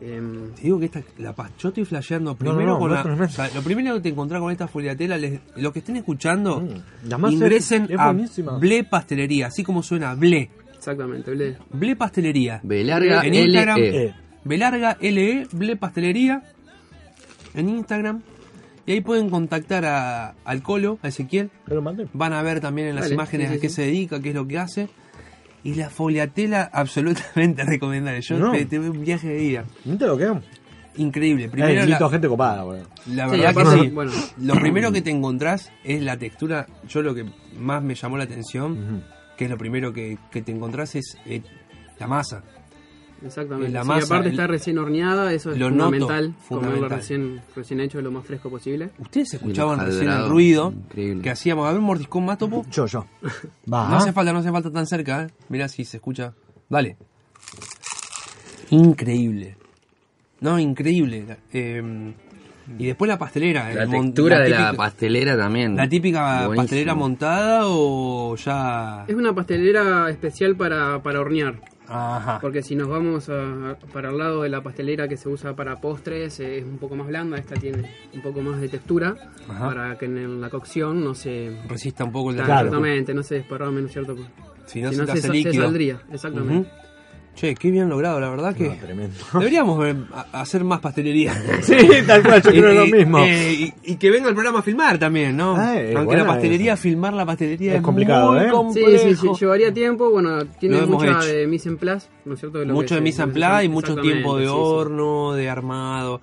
E: Em,
B: Te digo que esta, la pas- yo estoy flasheando primero
C: no,
B: con
C: no,
B: la-
C: tremendo.
B: o sea, lo primero que te encontrás con esta foliatela, les- los que estén escuchando,
C: Mm, la masa
B: ingresen
C: es- es
B: a
C: buenísima.
B: Ble Pastelería, así como suena Ble,
E: exactamente, ble.
B: Ble Pastelería.
D: B larga
B: en
D: L
B: Instagram,
D: E.
C: Eh.
B: Belarga LE, E, Ble Pastelería, en Instagram. Y ahí pueden contactar a, al Colo, a Ezequiel.
C: Pero mate.
B: Van a ver también en las
E: Vale,
B: imágenes
E: sí, sí,
B: a qué
E: sí.
B: se dedica, qué es lo que hace. Y la foliatela absolutamente recomendable. Yo
C: No.
B: te, te veo un viaje de día.
C: Mira lo que hago.
B: Increíble.
C: Hay
B: Primero la-
C: invito gente copada, boludo.
B: La
E: Sí,
B: verdad
E: aparte,
B: que sí.
E: bueno.
B: Lo primero que te encontrás es la textura. Yo lo que más me llamó la atención, que es lo primero que, que te encontrás, es eh, la masa.
E: Exactamente.
B: Y la
E: Sí,
B: masa,
E: aparte
B: el-
E: está recién horneada, eso es
B: Lo noto,
E: fundamental. Comerlo
B: fundamental.
E: recién, recién hecho lo más fresco posible.
B: Ustedes escuchaban
D: el
B: recién el
D: cuadrado,
B: ruido
D: increíble.
B: que hacíamos. A ver, mordiscón más topo.
C: Yo, yo.
B: No
C: Va.
B: hace falta, no hace falta tan cerca. ¿eh? Mirá si se escucha. Dale. Increíble. No, increíble. Eh, y después la pastelera.
D: La
B: el mon-
D: textura de la
B: típica-
D: pastelera también.
B: La típica
D: Buenísimo.
B: pastelera montada o ya...
E: Es una pastelera especial para, para hornear.
B: Ajá.
E: Porque si nos vamos a- para el lado de la pastelera que se usa para postres, eh, es un poco más blanda, esta tiene un poco más de textura,
B: Ajá.
E: para que en la cocción no se...
B: resista un poco el
E: Claro,
C: Claro.
E: Exactamente, no se desparrame, ¿no es cierto? Porque
B: Si no,
E: si
B: se,
E: no
B: te
E: se,
B: hace
E: sa- se
B: líquido. Uh-huh.
E: saldría, exactamente.
B: Ujú. Che, qué bien logrado, la verdad que.
C: No, tremendo.
B: Deberíamos eh, a- hacer más pastelería.
C: Sí, tal cual, yo creo lo
B: Y-
C: mismo.
B: eh, y, y que venga el programa a filmar también, ¿no?
C: Ah,
B: Aunque
C: es
B: la
C: buena
B: pastelería,
C: esa.
B: filmar la pastelería
C: Es
B: es,
C: complicado,
B: muy
C: ¿eh?
E: Sí,
B: complejo.
E: sí, sí, llevaría tiempo, bueno,
B: Lo
E: tiene
B: hemos
E: mucha
B: hecho.
E: de mise en place, ¿no es cierto? lo que
B: mucho de
E: se-
B: mise en place y mucho
E: exactamente,
B: tiempo de
E: sí, sí.
B: horno, de armado.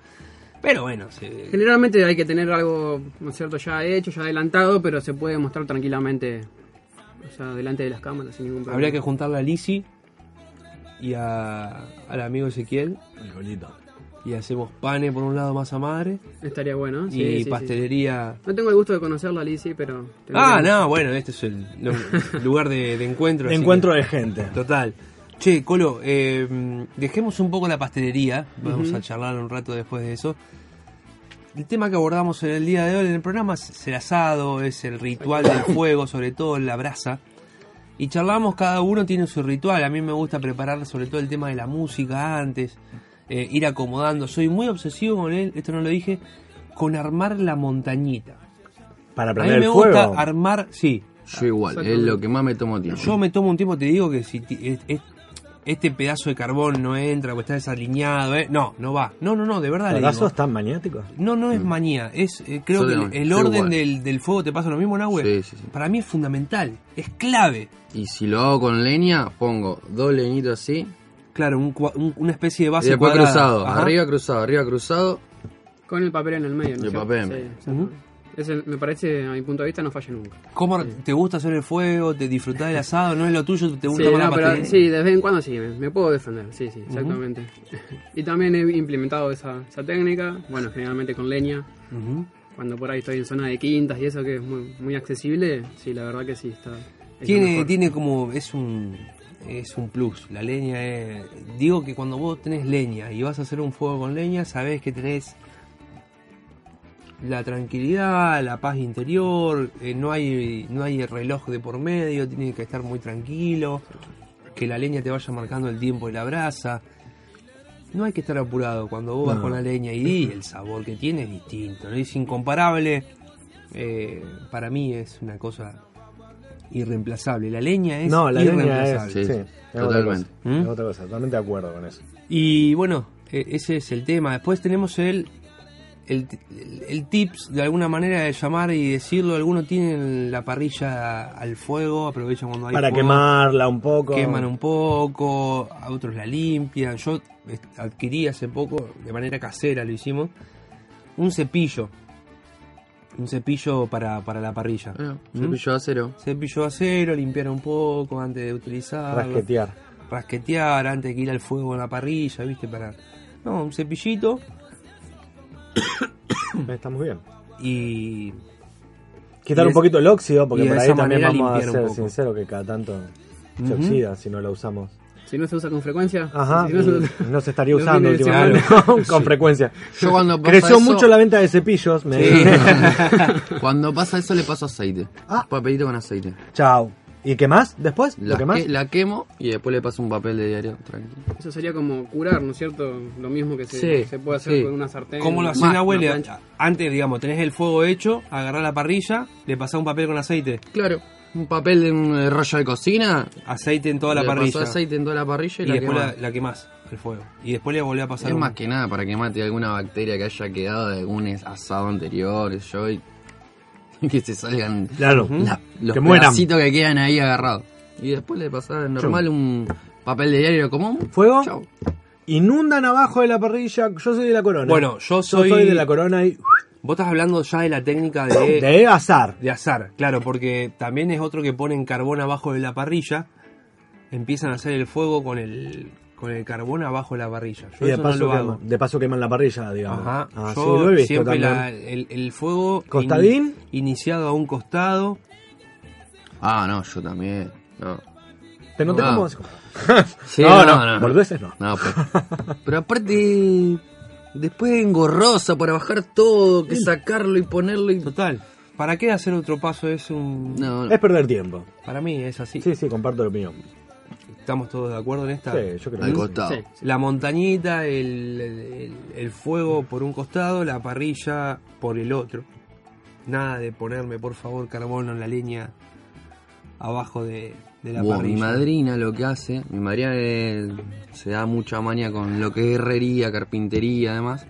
B: Pero bueno, se-
E: Generalmente hay que tener algo, ¿no es cierto?, ya hecho, ya adelantado, pero se puede mostrar tranquilamente, o sea, delante de las cámaras sin ningún problema.
B: habría que juntarla a Lisi y a- al amigo Ezequiel.
C: El colito.
B: Y hacemos pane por un lado, masa madre.
E: Estaría bueno, sí, sí,
B: y
E: sí.
B: pastelería.
E: No tengo el gusto de conocerla, Lizzy, pero...
B: Ah,
E: tendría-
B: no, bueno, este es el lu- lugar de, de encuentro. así
C: Encuentro
B: que-
C: de gente.
B: Total. Che, Colo, eh, mm, dejemos un poco la pastelería. Vamos a charlar un rato después de eso. El tema que abordamos en el día de hoy en el programa es el asado, es el ritual del fuego, sobre todo la brasa. Y charlamos, cada uno tiene su ritual. A mí me gusta preparar sobre todo el tema de la música antes, eh, ir acomodando. Soy muy obsesivo con él, esto no lo dije, con armar la montañita.
C: Para
B: A mí
C: prender
B: me
C: el fuego.
B: gusta armar, sí.
D: Yo igual, es lo que más me tomo tiempo.
B: Yo me tomo un tiempo, te digo que si ti- es- es- este pedazo de carbón no entra o está desalineado, eh, no, no va. No, no, no, de verdad.
C: ¿Los
B: le digo.
C: brazos tan maniáticos?
B: No, no es manía, es eh, creo
D: Yo
B: que
D: de-
B: el, el
D: yo
B: orden
D: igual.
B: del, del fuego te pasa lo mismo, Nahue.
D: Sí, sí, sí.
B: Para mí es fundamental, es clave.
D: Y si lo hago con leña, pongo dos leñitos así.
B: Claro, un cua- un- una especie de
D: Y
B: base
D: después
B: cuadrada.
D: cruzado.
B: Ajá.
D: Arriba cruzado, arriba cruzado.
E: Con el papel en el medio, ¿no?
D: El
E: es cierto?
D: papel.
E: Sí,
B: Ujú.
E: exactamente. Ese, me parece, a mi punto de vista, no falla nunca.
B: ¿Cómo te gusta hacer el fuego? ¿Te disfrutás del asado? ¿No es lo tuyo? ¿Te gusta
E: Sí,
B: más la
E: no, pero
B: pastelería?
E: sí, de vez en cuando sí, me, me puedo defender, sí, sí, exactamente. Y también he implementado esa, esa técnica, bueno, generalmente con leña,
B: Ujú.
E: cuando por ahí estoy en zona de quintas y eso que es muy, muy accesible, sí, la verdad que sí, está... es lo
B: Tiene,
E: mejor.
B: tiene como. Es un. Es un plus. La leña es. Digo que cuando vos tenés leña y vas a hacer un fuego con leña, sabés que tenés. La tranquilidad, la paz interior, eh, no, hay, no hay reloj de por medio, tienes que estar muy tranquilo, que la leña te vaya marcando el tiempo de la brasa. No hay que estar apurado cuando vos vas
C: No.
B: con la leña y, y el sabor que tiene es distinto, ¿no? es incomparable. Eh, para mí es una cosa irreemplazable. La leña es
C: No, la leña es.
B: irreemplazable.
C: Sí,
D: Sí,
C: es
D: totalmente.
C: Otra cosa,
B: ¿Mm?
C: es otra cosa, totalmente de acuerdo con eso.
B: Y bueno, e- ese es el tema. Después tenemos el, el, el tips de alguna manera de llamar y decirlo. Algunos tienen la parrilla al fuego, aprovechan cuando hay
C: Para
B: fuego,
C: quemarla un poco.
B: Queman un poco, a otros la limpian. Yo eh, adquirí hace poco, de manera casera lo hicimos, un cepillo. Un cepillo para, para la parrilla.
D: Bueno,
B: ¿Mm?
D: cepillo de acero.
B: Cepillo de acero, limpiar un poco antes de utilizarlo.
C: Rasquetear.
B: Rasquetear antes que ir al fuego en la parrilla, ¿viste? Para. No, un cepillito
C: Está muy bien.
B: y.
C: Quitar
B: Y
C: un
B: es-
C: poquito el óxido, porque
B: y de
C: por ahí
B: esa
C: también
B: manera
C: vamos a
B: limpiar un
C: ser
B: poco.
C: sinceros que cada tanto se
B: Ujú.
C: oxida si no lo usamos.
E: Si no se usa con frecuencia,
C: Ajá,
E: si no se usa-
C: y no se estaría
E: Los
C: usando
E: fines de
C: últimamente con con frecuencia.
D: Yo cuando pasa
C: Creció
D: eso-
C: mucho la venta de cepillos. Me
D: Cuando pasa eso le paso aceite.
C: Ah.
D: Papelito con aceite.
C: Chao. ¿Y qué más? ¿Después? ¿Lo
D: La,
C: que más?
D: que- la quemo y después le paso un papel de diario. Tranquilo.
E: eso sería como curar, ¿no es cierto? Lo mismo que se,
D: Sí,
E: se puede hacer
D: sí.
E: con una sartén.
B: Como lo hace
E: una
B: la abuela.
E: plancha.
B: Antes, digamos, tenés el fuego hecho, agarrás la parrilla, le pasás un papel con aceite.
D: Claro. Un papel de un eh, rollo de cocina.
B: Aceite en toda la
D: le
B: parrilla.
D: Paso aceite en toda la parrilla y,
B: y
D: la
B: después la,
D: quemo.
B: la quemás al fuego. Y después le volvés a pasar.
D: Es
B: un-
D: más que nada para que mate alguna bacteria que haya quedado de algún es- asado anterior, yo y que se salgan
C: Claro.
D: la- los
C: Que mueran.
D: pedacitos que quedan ahí agarrados. Y después le pasar normal un papel de diario común.
C: ¿Fuego?
D: Chau.
C: Inundan abajo de la parrilla. Yo soy de la corona.
B: Bueno, yo soy.
C: Yo soy de la corona y.
B: Vos estás hablando ya de la técnica de.
C: De azar.
B: De azar, claro, porque también es otro que ponen carbón abajo de la parrilla. Empiezan a hacer el fuego con el, con el carbón abajo de la parrilla. Yo
C: Y de
B: eso no
C: paso,
B: lo hago.
C: queman, de paso queman la parrilla, digamos.
B: Ajá.
C: Ah, sí,
B: Yo
C: lo he visto
B: siempre
C: también.
B: la- el, el fuego in-
C: ¿Costadín?
B: iniciado a un costado.
D: Ah, no, yo también. No.
C: Te noté
D: Ah.
C: como...
D: Sí,
C: no, no, Boludeces no.
D: No, pues. Pero aparte, después engorrosa para bajar todo, que sacarlo y ponerlo y.
B: Total. ¿Para qué hacer otro paso? Es un.
D: No, no.
C: Es perder tiempo.
B: Para mí es así.
C: Sí, sí, comparto la opinión.
B: Estamos todos de acuerdo en esta.
C: Sí, yo creo
D: al
C: que sí.
D: costado.
E: Sí.
B: La montañita, el, el- el fuego por un costado, la parrilla por el otro. Nada de ponerme, por favor, carbono en la leña abajo de, de la
D: Wow, mi
B: parrilla.
D: madrina lo que hace, mi madrina eh, se da mucha manía con lo que es herrería, carpintería, además.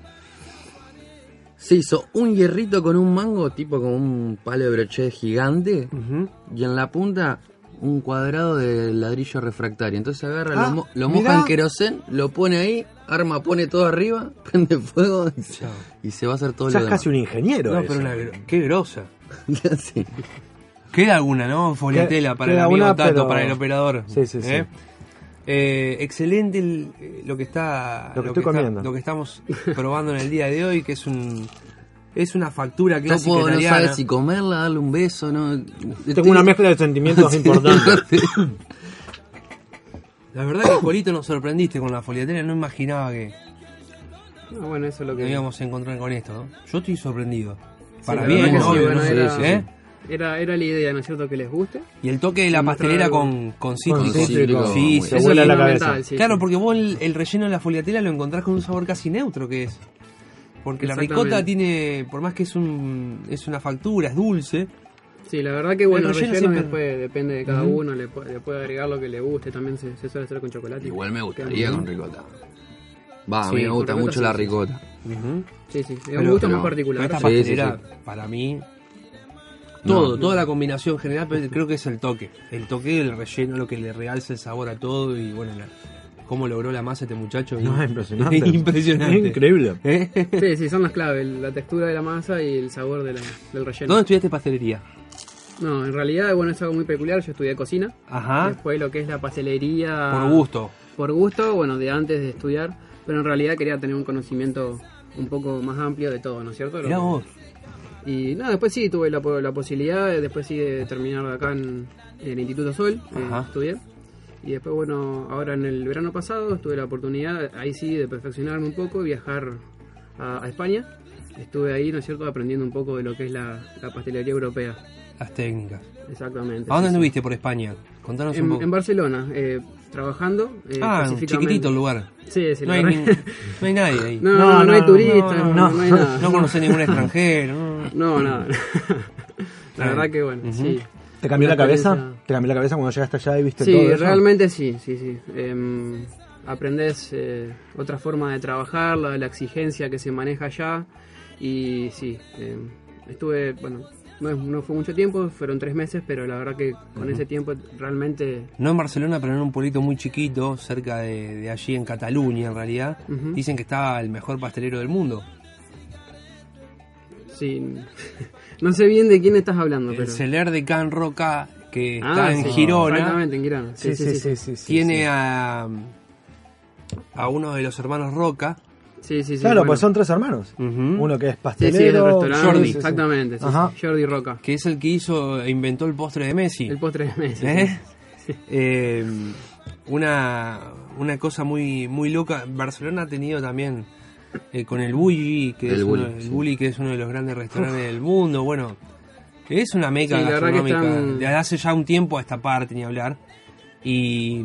D: Se hizo un hierrito con un mango, tipo como un palo de broche gigante,
B: Ujú.
D: y en la punta un cuadrado de ladrillo refractario. Entonces agarra,
C: Ah,
D: lo, mo- lo moja
C: mirá.
D: en querosén, lo pone ahí, arma, pone todo arriba, prende fuego y se,
B: Chao.
D: y se va a hacer todo
C: Ya
D: lo
C: es
D: demás.
C: casi un ingeniero.
B: No,
C: eso.
B: pero una gro- qué grosa.
D: Sí.
B: Queda alguna, ¿no? Foliatela para el
C: queda
B: amigo
C: una,
B: Tato,
C: pero-
B: para el operador.
C: Sí, sí, sí.
B: ¿eh? Eh, excelente el- eh, lo que está
C: Lo que estoy
B: está-
C: comiendo.
B: lo que estamos probando en el día de hoy, que es un es una factura
D: No
B: clásica
D: puedo, no
B: italiana.
D: saber si comerla, darle un beso, no. este
C: Tengo una mezcla de sentimientos importantes.
B: La verdad que Polito nos sorprendiste con la foliatera, no imaginaba que
E: No, bueno, eso es lo
B: que
E: que...
B: íbamos a encontrar con esto. ¿no? Yo estoy sorprendido. Para
E: la
B: bien,
E: verdad que sí,
B: obvio,
E: bueno,
B: ¿no?
E: era-
B: Sí, ¿eh?
E: Era, era la idea, ¿no es cierto? Que les guste.
B: Y el toque de la
E: Mostrar
B: pastelera
E: algo.
B: con, con
C: Con
B: cítrico.
D: cítrico,
B: Sí, sí,
D: muy
C: Te
E: Eso
B: sí.
E: es
C: vuela la
E: fundamental,
C: cabeza.
E: sí,
B: Claro,
E: sí.
B: porque vos el, el relleno de la foliatela lo encontrás con un sabor casi neutro que es. Porque la
E: Exactamente.
B: ricota tiene, por más que es un es una factura, es dulce.
E: Sí, la verdad que bueno, el
B: relleno
E: relleno,
B: siempre-
E: después depende de cada uno, le, pu- le puede agregar lo que le guste, también se, se suele hacer con chocolate.
D: Igual me
E: Queda
D: gustaría
E: muy
D: con ricota. Va, a
B: Sí,
D: mí me
E: con
D: gusta
E: ricota
D: mucho
E: sí,
D: la
E: sí,
D: ricota.
E: bien. Sí, sí, es
B: Pero-
E: un gusto
D: pero-
E: más particular.
B: Esta
D: Sí, sí,
B: pastelera, para mí, todo, toda la combinación general, pero creo que es el toque. El toque del relleno, lo que le realza el sabor a todo y bueno, la, cómo logró la masa este muchacho.
C: No, es impresionante.
B: impresionante.
C: Es increíble.
B: ¿Eh?
E: Sí, sí, son las claves, la textura de la masa y el sabor de la- del relleno.
B: ¿Dónde estudiaste pastelería?
E: No, en realidad, bueno, es algo muy peculiar, yo estudié cocina.
B: Ajá.
E: Después lo que es la pastelería...
B: Ah. Por gusto.
E: Por gusto, bueno, de antes de estudiar, pero en realidad quería tener un conocimiento un poco más amplio de todo, ¿no es cierto? Lo
B: Mirá
E: que-
B: vos.
E: Y no, después sí tuve la, po- la posibilidad, eh, después sí de terminar acá en, en el Instituto Sol, eh,
B: Ajá.
E: estudié. Y después, bueno, ahora en el verano pasado tuve la oportunidad, ahí sí, de perfeccionarme un poco y viajar a, a España. Estuve ahí, ¿no es cierto?, aprendiendo un poco de lo que es la, la pastelería europea.
B: Las técnicas.
E: Exactamente.
B: ¿A dónde
E: Sí, sí.
B: anduviste por España? Contanos un
E: En,
B: poco.
E: en Barcelona, eh, trabajando. eh,
B: ah,
E: específicamente.
B: chiquitito el lugar.
E: Sí, sí,
B: No
E: la
B: hay,
E: verdad
B: ni-
E: que-
B: no hay nadie ahí.
E: No,
B: No,
E: no, no,
C: no,
E: hay
C: no,
E: turistas, no,
C: no,
E: no,
C: no.
E: hay nada.
B: conocés ningún extranjero. no.
E: No, nada. La verdad que bueno, sí.
C: ¿Te cambió la
E: Una
C: cabeza?
E: experiencia.
C: ¿Te cambió la cabeza cuando llegaste allá y viste todo
E: Sí,
C: eso?
E: realmente sí, sí, sí. Em, aprendes eh, otra forma de trabajar, la, la exigencia que se maneja allá. Y sí, em, estuve, bueno, no, es- no fue mucho tiempo, fueron tres meses, pero la verdad que con ese tiempo realmente...
B: No en Barcelona, pero en un pueblito muy chiquito, cerca de, de allí en Cataluña, en realidad.
E: Ujú.
B: Dicen que estaba el mejor pastelero del mundo.
E: Sí, no sé bien de quién estás hablando, pero...
B: El Celer de Can Roca, que
E: Ah,
B: está en
E: sí,
B: Girona,
E: Exactamente, en Girona.
C: Sí, sí, sí, sí, sí,
B: tiene
C: sí.
B: a, a uno de los hermanos Roca.
E: Sí, sí, sí,
C: Claro,
E: bueno.
C: pues son tres hermanos.
B: Ujú.
C: Uno que es
E: Sí, sí, del
C: pastelero.
E: restaurante.
B: Jordi.
E: Exactamente, sí,
C: Ajá.
E: sí, Jordi Roca.
B: que es el que hizo e inventó el postre de Messi.
E: El postre de Messi.
B: ¿Eh? Eh, una, una cosa muy, muy loca. Barcelona ha tenido también eh, con el Bulli, que, es
D: El
B: uno,
D: Bulli,
B: el
D: sí.
B: Bulli, que es uno de los grandes restaurantes del mundo. Bueno, es una meca
E: Sí, la verdad que
B: gastronómica.
E: están-
B: De hace ya un tiempo a esta parte, ni hablar. Y,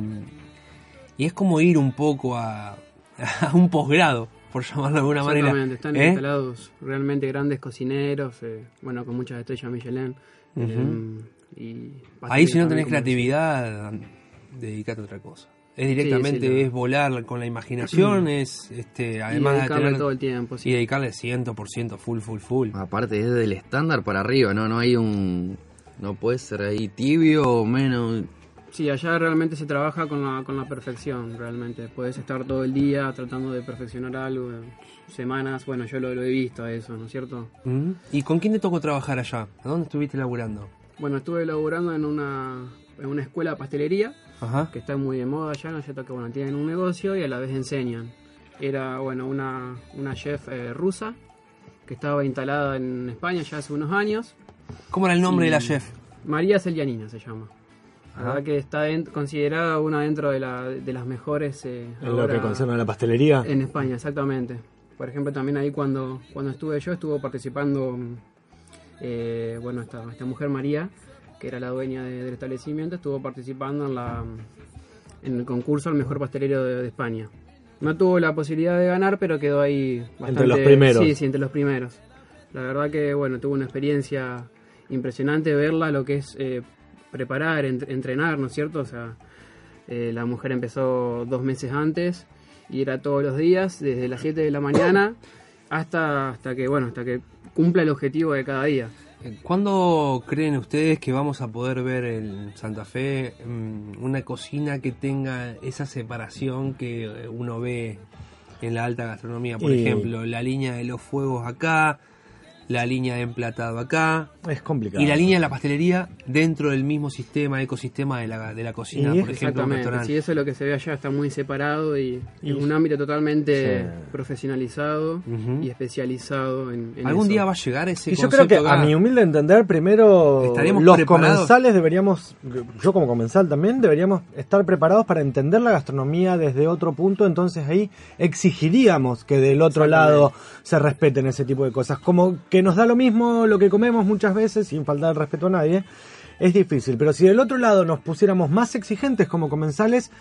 B: y es como ir un poco a, a un posgrado, por llamarlo de alguna manera.
E: Exactamente, están
B: ¿Eh?
E: instalados realmente grandes cocineros, eh, bueno, con muchas estrellas Michelin. em, y
B: Ahí si no
E: también
B: tenés
E: como-
B: creatividad, dedicate a otra cosa. Es directamente,
E: sí, la-
B: es volar con la imaginación, es este,
E: y
B: además de
E: dedicarle
B: tener-
E: todo el tiempo, sí. Ah.
B: y dedicarle 100%, full, full, full.
D: Aparte es del estándar para arriba, ¿no? No hay un... No puede ser ahí tibio o menos...
E: Sí, allá realmente se trabaja con la, con la perfección, realmente. Puedes estar todo el día tratando de perfeccionar algo, eh, semanas, bueno, yo lo, lo he visto eso, ¿no es cierto?
B: Mm. ¿Y con quién te tocó trabajar allá? ¿A dónde estuviste laburando?
E: Bueno, estuve laborando en una, en una escuela de pastelería,
B: Ajá.
E: que está muy de moda allá, ¿no es cierto? Que bueno, tienen un negocio y a la vez enseñan. Era, bueno, una, una chef eh, rusa que estaba instalada en España ya hace unos años.
B: ¿Cómo era el nombre de la chef?
E: María Celianina se llama. La verdad que está en- considerada una dentro de, la- de las mejores eh,
C: En lo que
E: ahora
C: concierne a la pastelería.
E: en España, exactamente. Por ejemplo, también ahí cuando, cuando estuve yo, estuvo participando, mm, eh, bueno, esta, esta mujer María, que era la dueña de- del establecimiento, estuvo participando en, la, mm, en el concurso al mejor pastelero de, de España. No tuvo la posibilidad de ganar, pero quedó ahí bastante...
C: Entre los primeros.
E: Sí, sí, entre los primeros. La verdad que, bueno, tuvo una experiencia impresionante verla, lo que es eh, preparar, en- entrenar, ¿no es cierto? O sea, eh, la mujer empezó dos meses antes y era todos los días, desde las 7 de la mañana hasta, hasta que, bueno, hasta que cumpla el objetivo de cada día.
B: Eh, ¿Cuándo creen ustedes que vamos a poder ver en Santa Fe mm, una cocina que tenga esa separación que eh, uno ve en la alta gastronomía? Por
C: Y-
B: ejemplo, la línea de los fuegos acá, la línea de emplatado acá
C: Es complicado.
B: y la línea de la pastelería dentro del mismo sistema, ecosistema de la, de la cocina,
C: Y-
B: por ejemplo, un
E: Exactamente,
B: restaurante.
E: si eso es lo que se ve allá, está muy separado y,
C: Y-
E: es un ámbito totalmente
C: Sí.
E: profesionalizado
B: Ujú.
E: y especializado en, en
B: ¿Algún
E: eso.
B: día va a llegar ese
C: Y yo creo que,
B: concepto
C: a
B: acá?
C: mi humilde entender, primero
B: Estaremos
C: los
B: preparados.
C: comensales deberíamos, yo como comensal también, deberíamos estar preparados para entender la gastronomía desde otro punto, entonces ahí exigiríamos que del otro lado se respeten ese tipo de cosas. Como que nos da lo mismo lo que comemos muchas veces, sin faltar el respeto a nadie, es difícil. Pero si del otro lado nos pusiéramos más exigentes como comensales,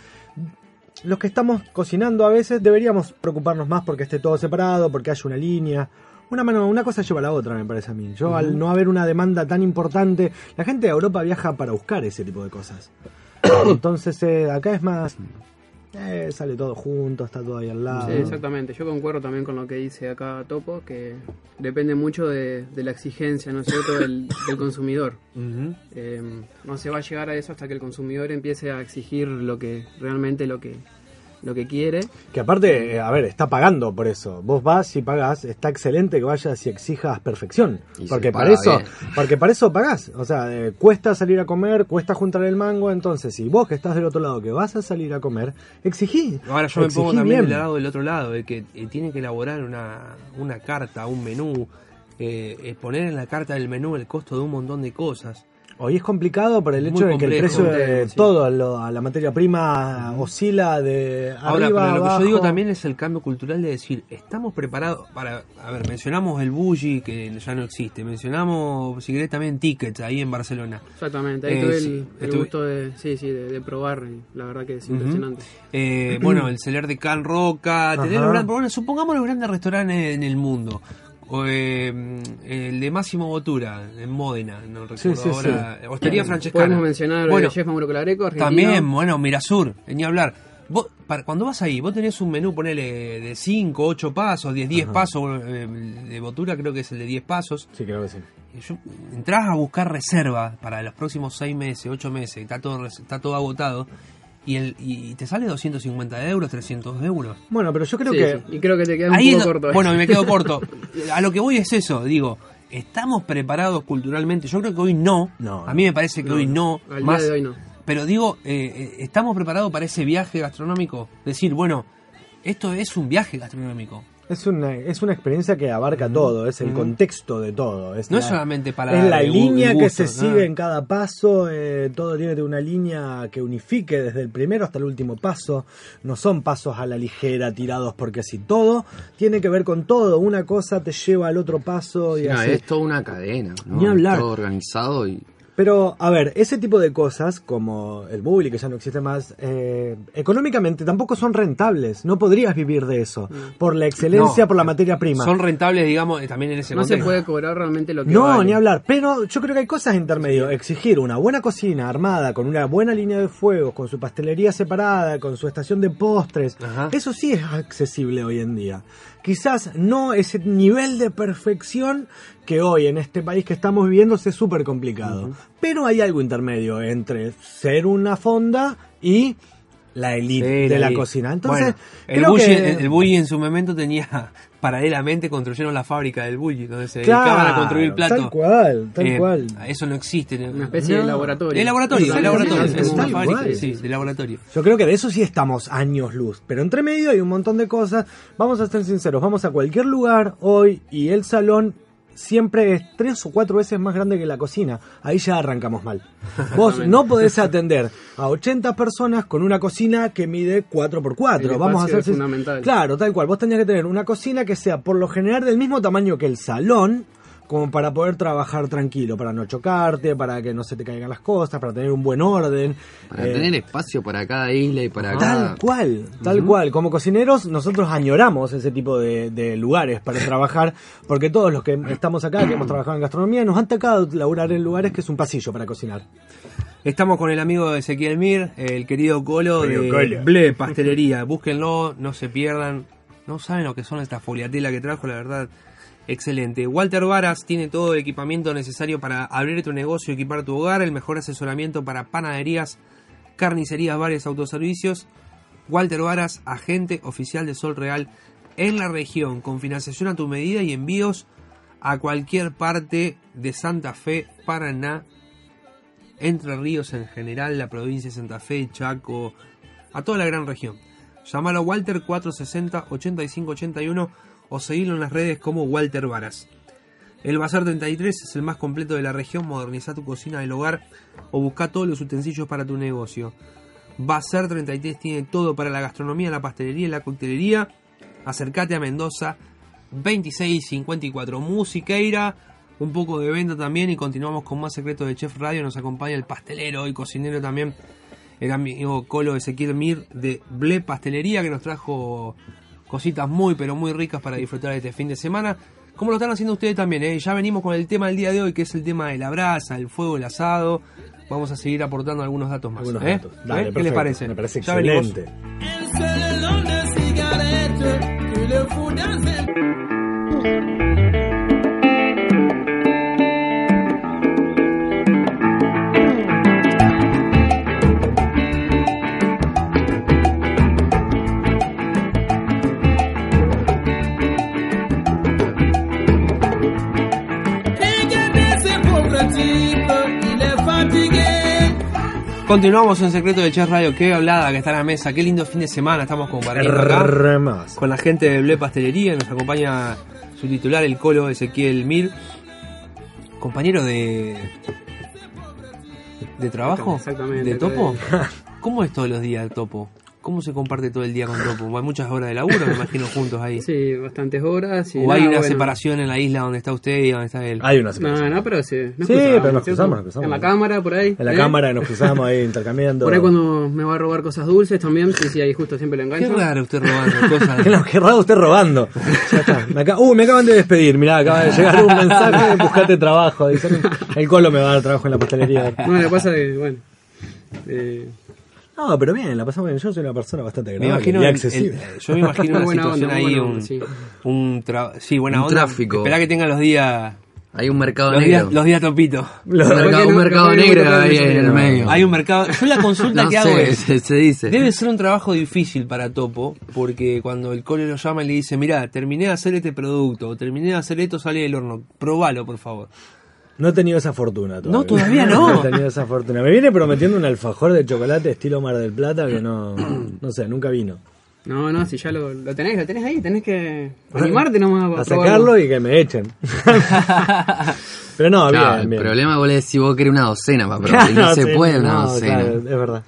C: los que estamos cocinando a veces deberíamos preocuparnos más porque esté todo separado, porque haya una línea. Una mano, una cosa lleva a la otra, me parece a mí. Yo, al no haber una demanda tan importante, la gente de Europa viaja para buscar ese tipo de cosas. Entonces, eh, acá es más. eh, sale todo junto, está todo ahí al lado.
E: Sí, exactamente. Yo concuerdo también con lo que dice acá Topo, que depende mucho de, de la exigencia, ¿no es cierto?, del, del consumidor. Em,
B: Ujú.
E: Eh, no se va a llegar a eso hasta que el consumidor empiece a exigir lo que realmente lo que lo que quiere.
C: Que aparte, eh, a ver, está pagando por eso. Vos vas y pagás, está excelente que vayas y exijas perfección.
D: Y se
C: porque para
D: paga
C: eso,
D: bien.
C: porque para eso pagás. O sea, eh, cuesta salir a comer, cuesta juntar el mango, entonces si vos que estás del otro lado que vas a salir a comer, exigí.
B: Ahora yo me pongo
C: Exigí
B: también del
C: bien.
B: lado del otro lado, de que eh, tiene que elaborar una, una carta, un menú, eh, eh, poner en la carta del menú el costo de un montón de cosas.
C: Hoy es complicado por
B: Muy
C: el hecho de que el
B: complejo,
C: precio de
B: complejo, sí.
C: todo, lo- a la materia prima, oscila de
B: Ahora,
C: arriba,
B: pero lo
C: abajo.
B: que yo digo también es el cambio cultural de decir, estamos preparados para, a ver, mencionamos el bully que ya no existe, mencionamos, si querés, también tickets ahí en Barcelona.
E: Exactamente, ahí
B: Eh,
E: tuve
B: sí,
E: el, el
B: estuve-
E: gusto de, sí, sí, de, de probar, y la verdad que es impresionante.
B: Eh, bueno, el celer de Can Roca, tener
C: Ajá.
B: los grandes, bueno, supongamos los grandes restaurantes en el mundo. O, eh, el de Máximo Botura, en Módena, no recuerdo
C: sí,
B: ahora. Hostería Francescana.
E: Podemos mencionar
B: Bueno,
E: el chef Mauro Colareco, argentino.
B: También, bueno, Mirasur, ni hablar. Vos, para, cuando vas ahí, vos tenés un menú, ponele de 5, 8 pasos, 10, 10 pasos, eh, de Botura creo que es el de 10 pasos.
C: Sí, creo que sí.
B: Y yo- Entrás a buscar reserva para los próximos 6 meses, 8 meses, está todo, res- está todo agotado y, el, y te sale 250 euros, 300 euros.
C: Bueno, pero yo creo
E: Sí,
C: que
E: sí, Y creo que te quedas
B: Ahí
E: un
B: es do-
E: poco corto. eh. ahí.
B: Bueno, me quedo corto. A lo que voy es eso, digo, ¿estamos preparados culturalmente? Yo creo que hoy no.
C: No,
B: a mí me parece que hoy no.
E: Al día
B: más,
E: de hoy no.
B: Pero digo, eh, eh, ¿estamos preparados para ese viaje gastronómico? Decir, bueno, esto es un viaje gastronómico.
C: Es una, es una experiencia que abarca todo, es el contexto de todo. Es
B: No
C: la-
B: es solamente para
C: Es la
B: darle gu-
C: línea que se
B: gustos, ¿no?
C: sigue en cada paso, eh, todo tiene una línea que unifique desde el primero hasta el último paso. No son pasos a la ligera tirados porque si todo tiene que ver con todo, una cosa te lleva al otro paso y
D: Sí, no,
C: así.
D: es toda una cadena, ¿no?
C: Ni hablar.
D: Todo organizado y
C: Pero, a ver, ese tipo de cosas, como el bully, que ya no existe más, eh, económicamente tampoco son rentables. No podrías vivir de eso, por la excelencia,
B: Mm. No.
C: por la materia prima.
B: Son rentables, digamos, eh, también en ese
E: No se
B: contexto.
E: puede cobrar realmente lo que
C: No,
E: vale.
C: ni hablar. Pero yo creo que hay cosas intermedio. Exigir una buena cocina armada, con una buena línea de fuego, con su pastelería separada, con su estación de postres.
B: Ajá.
C: Eso sí es accesible hoy en día. Quizás no ese nivel de perfección que hoy en este país que estamos viviendo es súper complicado. Pero hay algo intermedio entre ser una fonda y la
B: Sí,
C: elite de la
B: ahí.
C: cocina. Entonces,
B: Bueno, el,
C: creo
B: bully,
C: que-
B: el bully en su momento tenía, paralelamente construyeron la fábrica del bully, donde se
C: Claro,
B: dedicaban a construir platos.
C: Tal cual, tal
B: Eh,
C: cual.
B: Eso no existe. ¿no?
E: Una especie de
C: No.
E: laboratorio.
B: El laboratorio, el
E: Exactamente,
B: laboratorio.
E: sí,
B: Es
E: como-
B: una
C: Tal
B: fábrica,
C: cual.
B: sí, de laboratorio.
C: Yo creo que de eso sí estamos años luz, pero entre medio hay un montón de cosas. Vamos a ser sinceros, vamos a cualquier lugar hoy y el salón siempre es tres o cuatro veces más grande que la cocina. Ahí ya arrancamos mal. Vos no podés atender a 80 personas con una cocina que mide 4x4.
E: El
C: vamos a
E: espacio
C: ser
E: es
C: sin-
E: fundamental.
C: Claro, tal cual. Vos tenías que tener una cocina que sea por lo general del mismo tamaño que el salón. Como para poder trabajar tranquilo, para no chocarte, para que no se te caigan las cosas, para tener un buen orden.
D: para
C: Eh,
D: tener espacio para cada isla y para cada...
C: Tal cual, tal cual. Como cocineros, nosotros añoramos ese tipo de, de lugares para trabajar, porque todos los que estamos acá, que hemos trabajado en gastronomía, nos han tocado laburar en lugares que es un pasillo para cocinar.
B: Estamos con el amigo de Ezequiel Mir, el querido Colo
C: Querido
B: de
C: Colo.
B: Ble Pastelería. Búsquenlo, no se pierdan. No saben lo que son estas foliatela que trajo, la verdad. Excelente. Walter Varas tiene todo el equipamiento necesario para abrir tu negocio, equipar tu hogar, el mejor asesoramiento para panaderías, carnicerías, bares, autoservicios. Walter Varas, agente oficial de Sol Real en la región, con financiación a tu medida y envíos a cualquier parte de Santa Fe, Paraná, entre Ríos en general, la provincia de Santa Fe, Chaco, a toda la gran región. Llámalo a Walter 460-8581 o seguilo en las redes como Walter Varas. El Bazar 33 es el más completo de la región. Moderniza tu cocina del hogar o busca todos los utensilios para tu negocio. Bazar 33 tiene todo para la gastronomía, la pastelería y la coctelería. Acércate a Mendoza 2654 Musiqueira. Un poco de venta también y continuamos con más secretos de Chef Radio. Nos acompaña el pastelero y cocinero también, el amigo Colo Ezequiel Mir de Ble Pastelería que nos trajo cositas muy pero muy ricas para disfrutar este fin de semana. Como lo están haciendo ustedes también, ¿eh? ya venimos con el tema del día de hoy que es el tema de la brasa, el fuego, el asado. Vamos a seguir aportando algunos datos más.
C: Algunos
B: ¿eh?
C: datos. Dale,
B: ¿Eh? ¿Qué les parece?
C: perfecto. Me parece
B: Ya venimos.
C: excelente.
B: Continuamos en Secreto de Chess Radio. Qué hablada que está la mesa. Qué lindo fin de semana estamos compartiendo acá
C: Re más.
B: con la gente de Ble Pastelería. Nos acompaña su titular, el colo Ezequiel Mil. Compañero de. ¿De trabajo?
E: Exactamente.
B: ¿De Topo? ¿Cómo es todos los días el Topo? ¿Cómo se comparte todo el día con Topo? Hay muchas horas de laburo, me imagino, juntos ahí.
E: Sí, bastantes horas. Y
B: ¿O hay
E: nada,
B: una
E: bueno.
B: separación en la isla donde está usted y donde está él?
C: Hay una separación.
E: No, no, pero sí. No
C: Sí,
E: escuchamos,
C: pero nos
E: ¿cierto?
C: cruzamos, nos cruzamos.
E: En la cámara, por ahí.
C: En la
E: ¿eh?
C: cámara nos cruzamos ahí intercambiando.
E: Por ahí cuando me va a robar cosas dulces también. Sí, sí, ahí justo siempre lo
B: Qué
E: engancho.
B: raro usted robando cosas.
C: Claro, qué raro usted robando. Ya está. Me acá- uh, me acaban de despedir. Mirá, acaba de llegar un mensaje de buscate trabajo. Dicen, el colo me va a dar trabajo en la pastelería.
E: No, lo que pasa es que, bueno. eh,
C: No, pero bien, la pasamos bien. Yo soy una persona bastante
B: Me
C: agradable
B: imagino
C: y
B: el-
C: accesible.
B: el- yo me imagino una
E: Buena
B: situación
E: onda,
B: ahí,
E: buena
B: un,
E: onda, sí.
B: un tra- sí, buena
D: Un
B: onda.
D: tráfico.
B: Esperá que tengan los días,
D: Hay un mercado
B: los días,
D: negro.
B: los días topito.
D: Un
C: Lo-
E: Capaz
D: mercado-
E: que
D: un
E: no-
D: mercado
E: capaz que
D: negro
E: no te
D: ahí
E: lo
D: en el
E: dicen.
D: medio.
B: Hay un mercado. Yo la consulta
D: No
B: que hago
D: sé,
B: es,
D: se, se dice.
B: debe ser un trabajo difícil para Topo, porque cuando el cole lo llama y le dice, mira, terminé de hacer este producto, o terminé de hacer esto, sale del horno, probalo por favor.
C: No he tenido esa fortuna todavía.
B: No, todavía no.
C: he tenido esa fortuna. Me viene prometiendo un alfajor de chocolate estilo Mar del Plata que no, no sé, nunca vino.
E: No, no, si ya lo, lo tenés, lo tenés ahí, tenés que animarte nomás
C: A
E: probarlo.
C: sacarlo y que me echen. pero no,
D: Claro,
C: bien,
D: el
C: bien.
D: problema vos le decís vos querés una docena para probar, y no
C: Claro,
D: se
C: sí,
D: puede una
C: no,
D: docena.
C: claro, es verdad.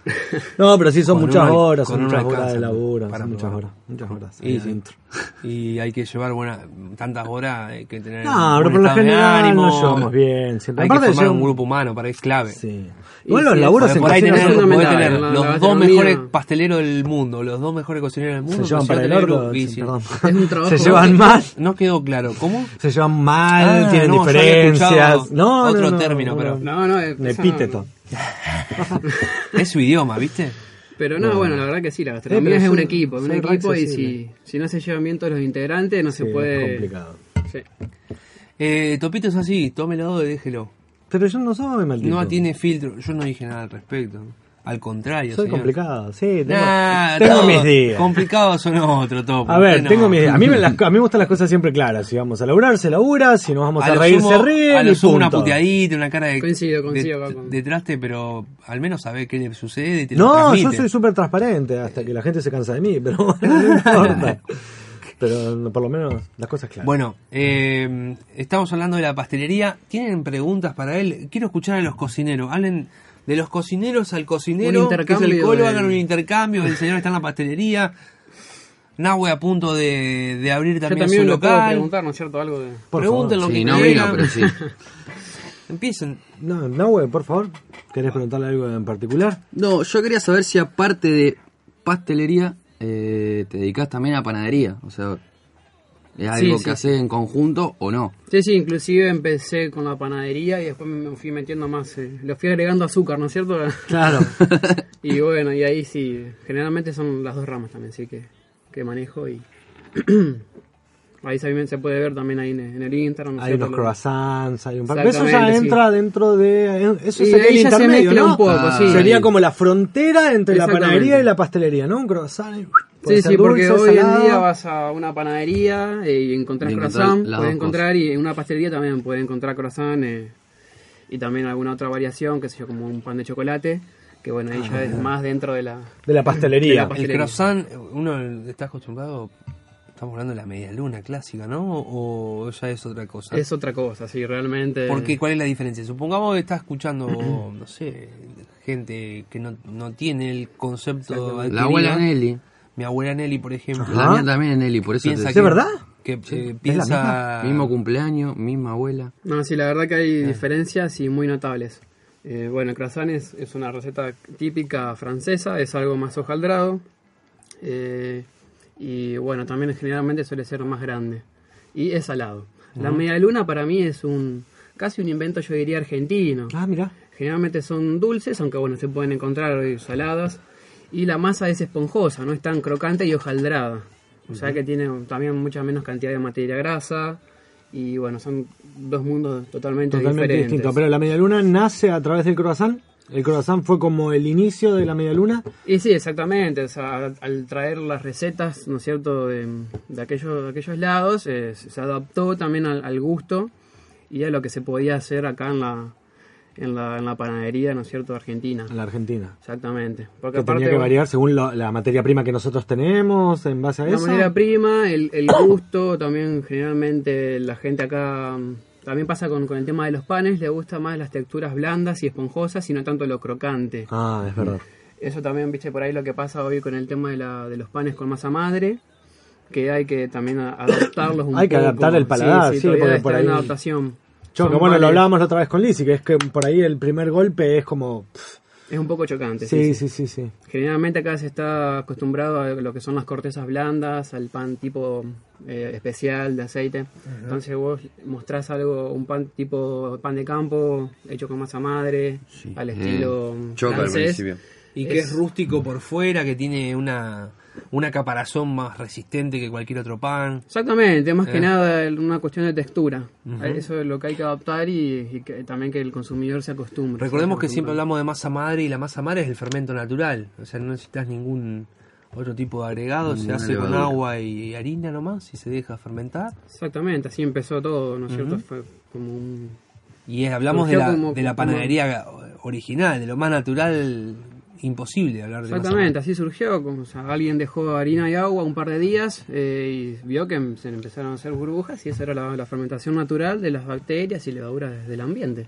C: No, pero sí son
B: Con
C: muchas
B: una-
C: horas,
B: con
C: son
B: una
C: muchas horas
B: alcanza,
C: de laburo,
B: para
C: son muchas
B: probar.
C: horas, muchas horas.
B: Y,
C: ahí adentro.
B: y hay que llevar buena, tantas horas, hay que tener
C: No,
B: buen
C: pero por lo
B: estado de
C: general
B: ánimo.
C: nos llevamos bien, siempre.
B: Hay
C: Aparte
B: que
C: de
B: formar
C: ser
B: un
C: un-
B: grupo humano, para es clave.
C: Sí.
E: Y
C: Igual los
E: sí,
C: laburos
B: Porque
C: en
B: por ahí
C: cocina
B: tener,
C: son
E: fundamental,
B: podés tener
E: la- la
B: los dos
E: gastronomía.
B: mejores pasteleros del mundo, los dos mejores cocineros del mundo,
C: se llevan
B: pero
C: para el
B: llevan
C: orto,
B: difícil.
C: sí, perdón.
E: Es un trabajo
C: se llevan
E: que-
C: mal,
B: No quedó claro. ¿Cómo?
C: se llevan mal,
B: Ah,
C: tienen
B: no, yo había escuchado
C: diferencias. No, no,
B: otro
C: no,
B: término,
C: no,
B: pero-
C: no.
E: No, no, es-
C: Un
E: esa-
C: epíteto.
B: Es su idioma, ¿viste?
E: Pero no, bueno, la verdad que sí, la gastronomía
C: pero
E: es,
C: son-
E: un equipo, es un
C: son
E: equipo y si,
C: accesibles.
E: si no se llevan bien todos los integrantes no
C: Sí,
E: se
C: es
E: puede...
C: complicado.
E: Sí.
B: Eh, Topito es así, tómelo y déjelo.
C: Pero yo no soy maldito.
B: No tiene filtro. Yo no dije nada al respecto. Al contrario,
C: Soy
B: señor.
C: complicado, sí, tengo,
B: Nah,
C: tengo
B: todo-
C: mis días.
B: Complicados son otros, Topo.
C: A ver,
B: Usted no.
C: tengo mis días. A mí, me las, a mí me gustan las cosas siempre claras. Si vamos a laburar, se labura. Si nos vamos a,
B: lo
C: reír,
B: sumo-
C: se ríe.
B: A lo sumo una puteadita, una cara de,
E: Coincido, coincido,
B: de,
E: Paco.
B: de traste, pero al menos saber qué le sucede. y te lo
C: No, yo
B: transmite.
C: soy súper transparente hasta que la gente se cansa de mí, pero bueno, no importa. Pero no, por lo menos las cosas claras.
B: Bueno,
D: Mm.
B: eh, estamos hablando de la pastelería. ¿Tienen preguntas para él? Quiero escuchar a los cocineros. Hablen de los cocineros al cocinero,
E: Un
B: que es el
E: intercambio
B: colo,
E: de-
B: hagan un intercambio, el señor está en la pastelería. Nahue a punto de, de abrir
E: Yo
B: también,
E: también
B: su
E: lo puedo
B: local.
E: preguntar, ¿no es cierto? Algo de...
C: Por
B: Pregunten lo
D: Sí,
B: que
D: no vino,
B: quieran.
D: pero sí.
B: Empiecen.
C: No, no, güey, por favor. ¿Querés preguntarle algo en particular?
D: No, yo quería saber si aparte de pastelería, eh, te dedicas también a panadería. O sea, ¿es algo
E: sí.
D: que haces en conjunto o no?
E: Sí, sí, inclusive empecé con la panadería y después me fui metiendo más, eh, le fui agregando azúcar, ¿no es cierto?
C: Claro.
E: y bueno, y ahí sí, generalmente son las dos ramas también, sí, que, que manejo y... ahí también se puede ver también ahí en en el Instagram. ¿no es
C: Hay
E: cierto?
C: unos
E: Lo-
C: croissants, hay un par. Eso ya
E: Exactamente, sí.
C: entra dentro de. Eso
E: Y
C: sería
E: ahí
C: el
E: ya se
C: intermedio,
E: mezcla
C: ¿no?
E: un poco,
D: Ah,
E: sí.
C: Sería como la frontera entre la
E: Exactamente.
C: panadería y la pastelería, ¿no? Un croissant. y- puede
E: Sí,
C: ser
E: sí, porque
C: dulce,
E: hoy en
C: salado.
E: día vas a una panadería eh, y encontrás
D: Y encontrás
E: croissant,
D: las
E: puedes
D: dos
E: encontrar y en una pastelería también puedes encontrar croissant eh, y también alguna otra variación, qué sé yo, como un pan de chocolate, que bueno, ahí
D: Ah,
E: ya es más dentro de la...
C: De la pastelería.
E: De la
B: El
E: Pastelería.
B: croissant, uno está acostumbrado. Estamos hablando de la media luna clásica, ¿no? O o ya es otra
D: Ah.
B: cosa.
E: Es otra cosa, sí, realmente...
D: Eh.
B: Porque cuál es la diferencia. Supongamos que está escuchando, no sé, gente que no, no tiene el concepto adquirido.
D: La abuela Nelly.
B: Mi abuela Nelly, por ejemplo,
D: La mía también es Nelly, por eso
B: piensa
D: te
B: que
D: decía.
C: verdad?
B: que eh, piensa
D: Mismo cumpleaños, misma abuela.
E: No, sí, la verdad que hay diferencias y muy notables. Eh, bueno, el croissant es, es una receta típica francesa, es algo más hojaldrado. eh, y bueno, también generalmente suele ser más grande. Y es salado. La media luna para mí es un casi un invento, yo diría, argentino.
C: Ah, mirá.
E: Generalmente son dulces, aunque bueno, se pueden encontrar hoy saladas. Y la masa es esponjosa, no es tan crocante y hojaldrada. O sea que tiene también mucha menos cantidad de materia grasa. Y bueno, son dos mundos totalmente,
C: Totalmente
E: diferentes.
C: distinto. Pero la media luna nace a través del croissant. El croissant fue como el inicio de la media luna.
E: Y sí, exactamente. O sea, al, al traer las recetas, ¿no es cierto?, de, de aquellos, de aquellos lados, eh, se se adaptó también al, al gusto y a lo que se podía hacer acá en la, en la, en la panadería, ¿no es cierto?, argentina.
C: En la Argentina.
E: Exactamente. Porque
C: Que tenía que
E: bueno,
C: variar según lo- la materia prima que nosotros tenemos, en base a
E: La
C: eso.
E: manera prima, el, el gusto, también generalmente la gente acá, mm, también pasa con, con el tema de los panes, le gusta más las texturas blandas y esponjosas y no tanto lo crocante.
C: Ah, es verdad.
E: Eso también, viste, por ahí lo que pasa hoy con el tema de, la- de los panes con masa madre, que hay que también a- adaptarlos un
C: Hay que
E: poco.
C: adaptar el paladar, sí,
E: todavía
C: porque
E: está
C: por
E: en
C: ahí-
E: adaptación.
C: Yo,
E: Son
C: que bueno,
E: panes-
C: lo hablábamos la otra vez con Lizzy, que es que por ahí el primer golpe es como... pff,
E: Es un poco chocante.
C: Sí,
E: sí, sí.
C: sí, sí, sí.
E: Generalmente acá se está acostumbrado a lo que son las cortezas blandas, al pan tipo eh, especial de aceite. Entonces vos mostrás algo, un pan tipo pan de campo, hecho con masa madre, al estilo
D: Mm, choca al
E: francés.
D: principio.
B: Y que es rústico por fuera, que tiene una, una caparazón más resistente que cualquier otro pan.
E: Exactamente, más
D: Eh.
E: que nada el- una cuestión de textura. Eh, Eso es lo que hay que adaptar y, y que- también que el consumidor se acostumbre.
B: Recordemos que
E: Se
B: siempre
E: acostumbre.
B: hablamos de masa madre y la masa madre es el fermento natural. O sea, no necesitas ningún otro tipo de agregado. se
D: Ninguna
B: hace con
D: levadura.
B: agua y harina nomás y se deja fermentar.
E: Exactamente, así empezó todo, ¿no es cierto? Fue como un...
B: Y es- hablamos de
E: Surgió
B: la,
E: como-
B: de la
E: como-
B: panadería original, de lo más natural imposible hablar de masa
E: Exactamente, así surgió. Como, o sea, alguien dejó harina y agua un par de días eh, y vio que em- se le empezaron a hacer burbujas y esa era la, la fermentación natural de las bacterias y levaduras del ambiente.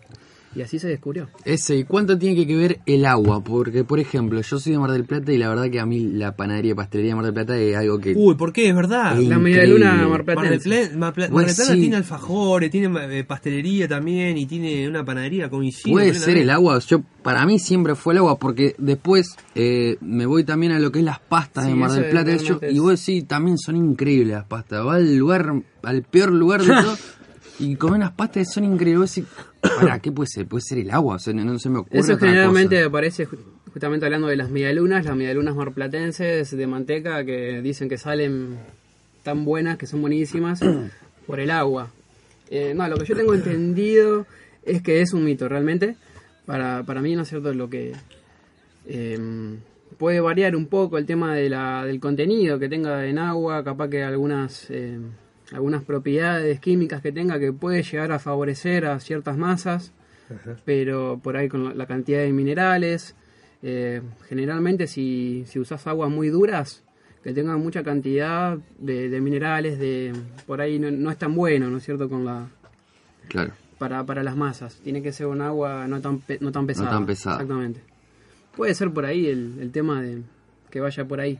E: Y así se descubrió.
D: Ese, ¿y cuánto tiene que ver el agua? Porque, por ejemplo, yo soy de Mar del Plata y la verdad que a mí la panadería y pastelería de Mar del Plata es algo que...
B: madre. Uy, ¿por qué? Es verdad.
D: Sí.
E: La media
D: Increíble.
E: luna
B: Mar del
E: marplatense.
B: Pla- Mar Pla-
D: Bueno,
B: Mar del Plata
D: Pues sí.
B: tiene alfajores, tiene eh, pastelería también y tiene una panadería con Isidro,
D: Puede
B: ¿no?
D: ser el agua, yo para mí siempre fue el agua, porque después eh, me voy también a lo que es las pastas de
E: Sí,
D: Mar del
E: eso
D: Plata,
E: es
D: yo-
E: realmente
D: y
E: es-
D: vos sí, también son increíbles las pastas, va al lugar, al peor lugar de todo, y comer unas pastas que son increíbles, vos decís, ¿para qué puede ser? Puede ser el agua, o sea, no, no se me ocurre
E: Eso
D: otra
E: generalmente
D: cosa.
E: aparece ju- justamente hablando de las medialunas, las medialunas marplatenses de manteca que dicen que salen tan buenas, que son buenísimas, por el agua. Eh, no, lo que yo tengo entendido es que es un mito, realmente. Para, para mí, ¿no es cierto? Lo que eh, puede variar un poco el tema de la- del contenido que tenga en agua, capaz que algunas, eh, algunas propiedades químicas que tenga que puede llegar a favorecer a ciertas masas, pero por ahí con la, la cantidad de minerales, eh, generalmente si, si usas aguas muy duras, que tengan mucha cantidad de, de minerales, de por ahí no, no es tan bueno, ¿no es cierto? Con la,
D: Claro.
E: para, para las masas. Tiene que ser un agua no tan, pe- no tan pesada.
D: tan pesada.
E: Exactamente. Puede ser por ahí el, el tema de que vaya por ahí.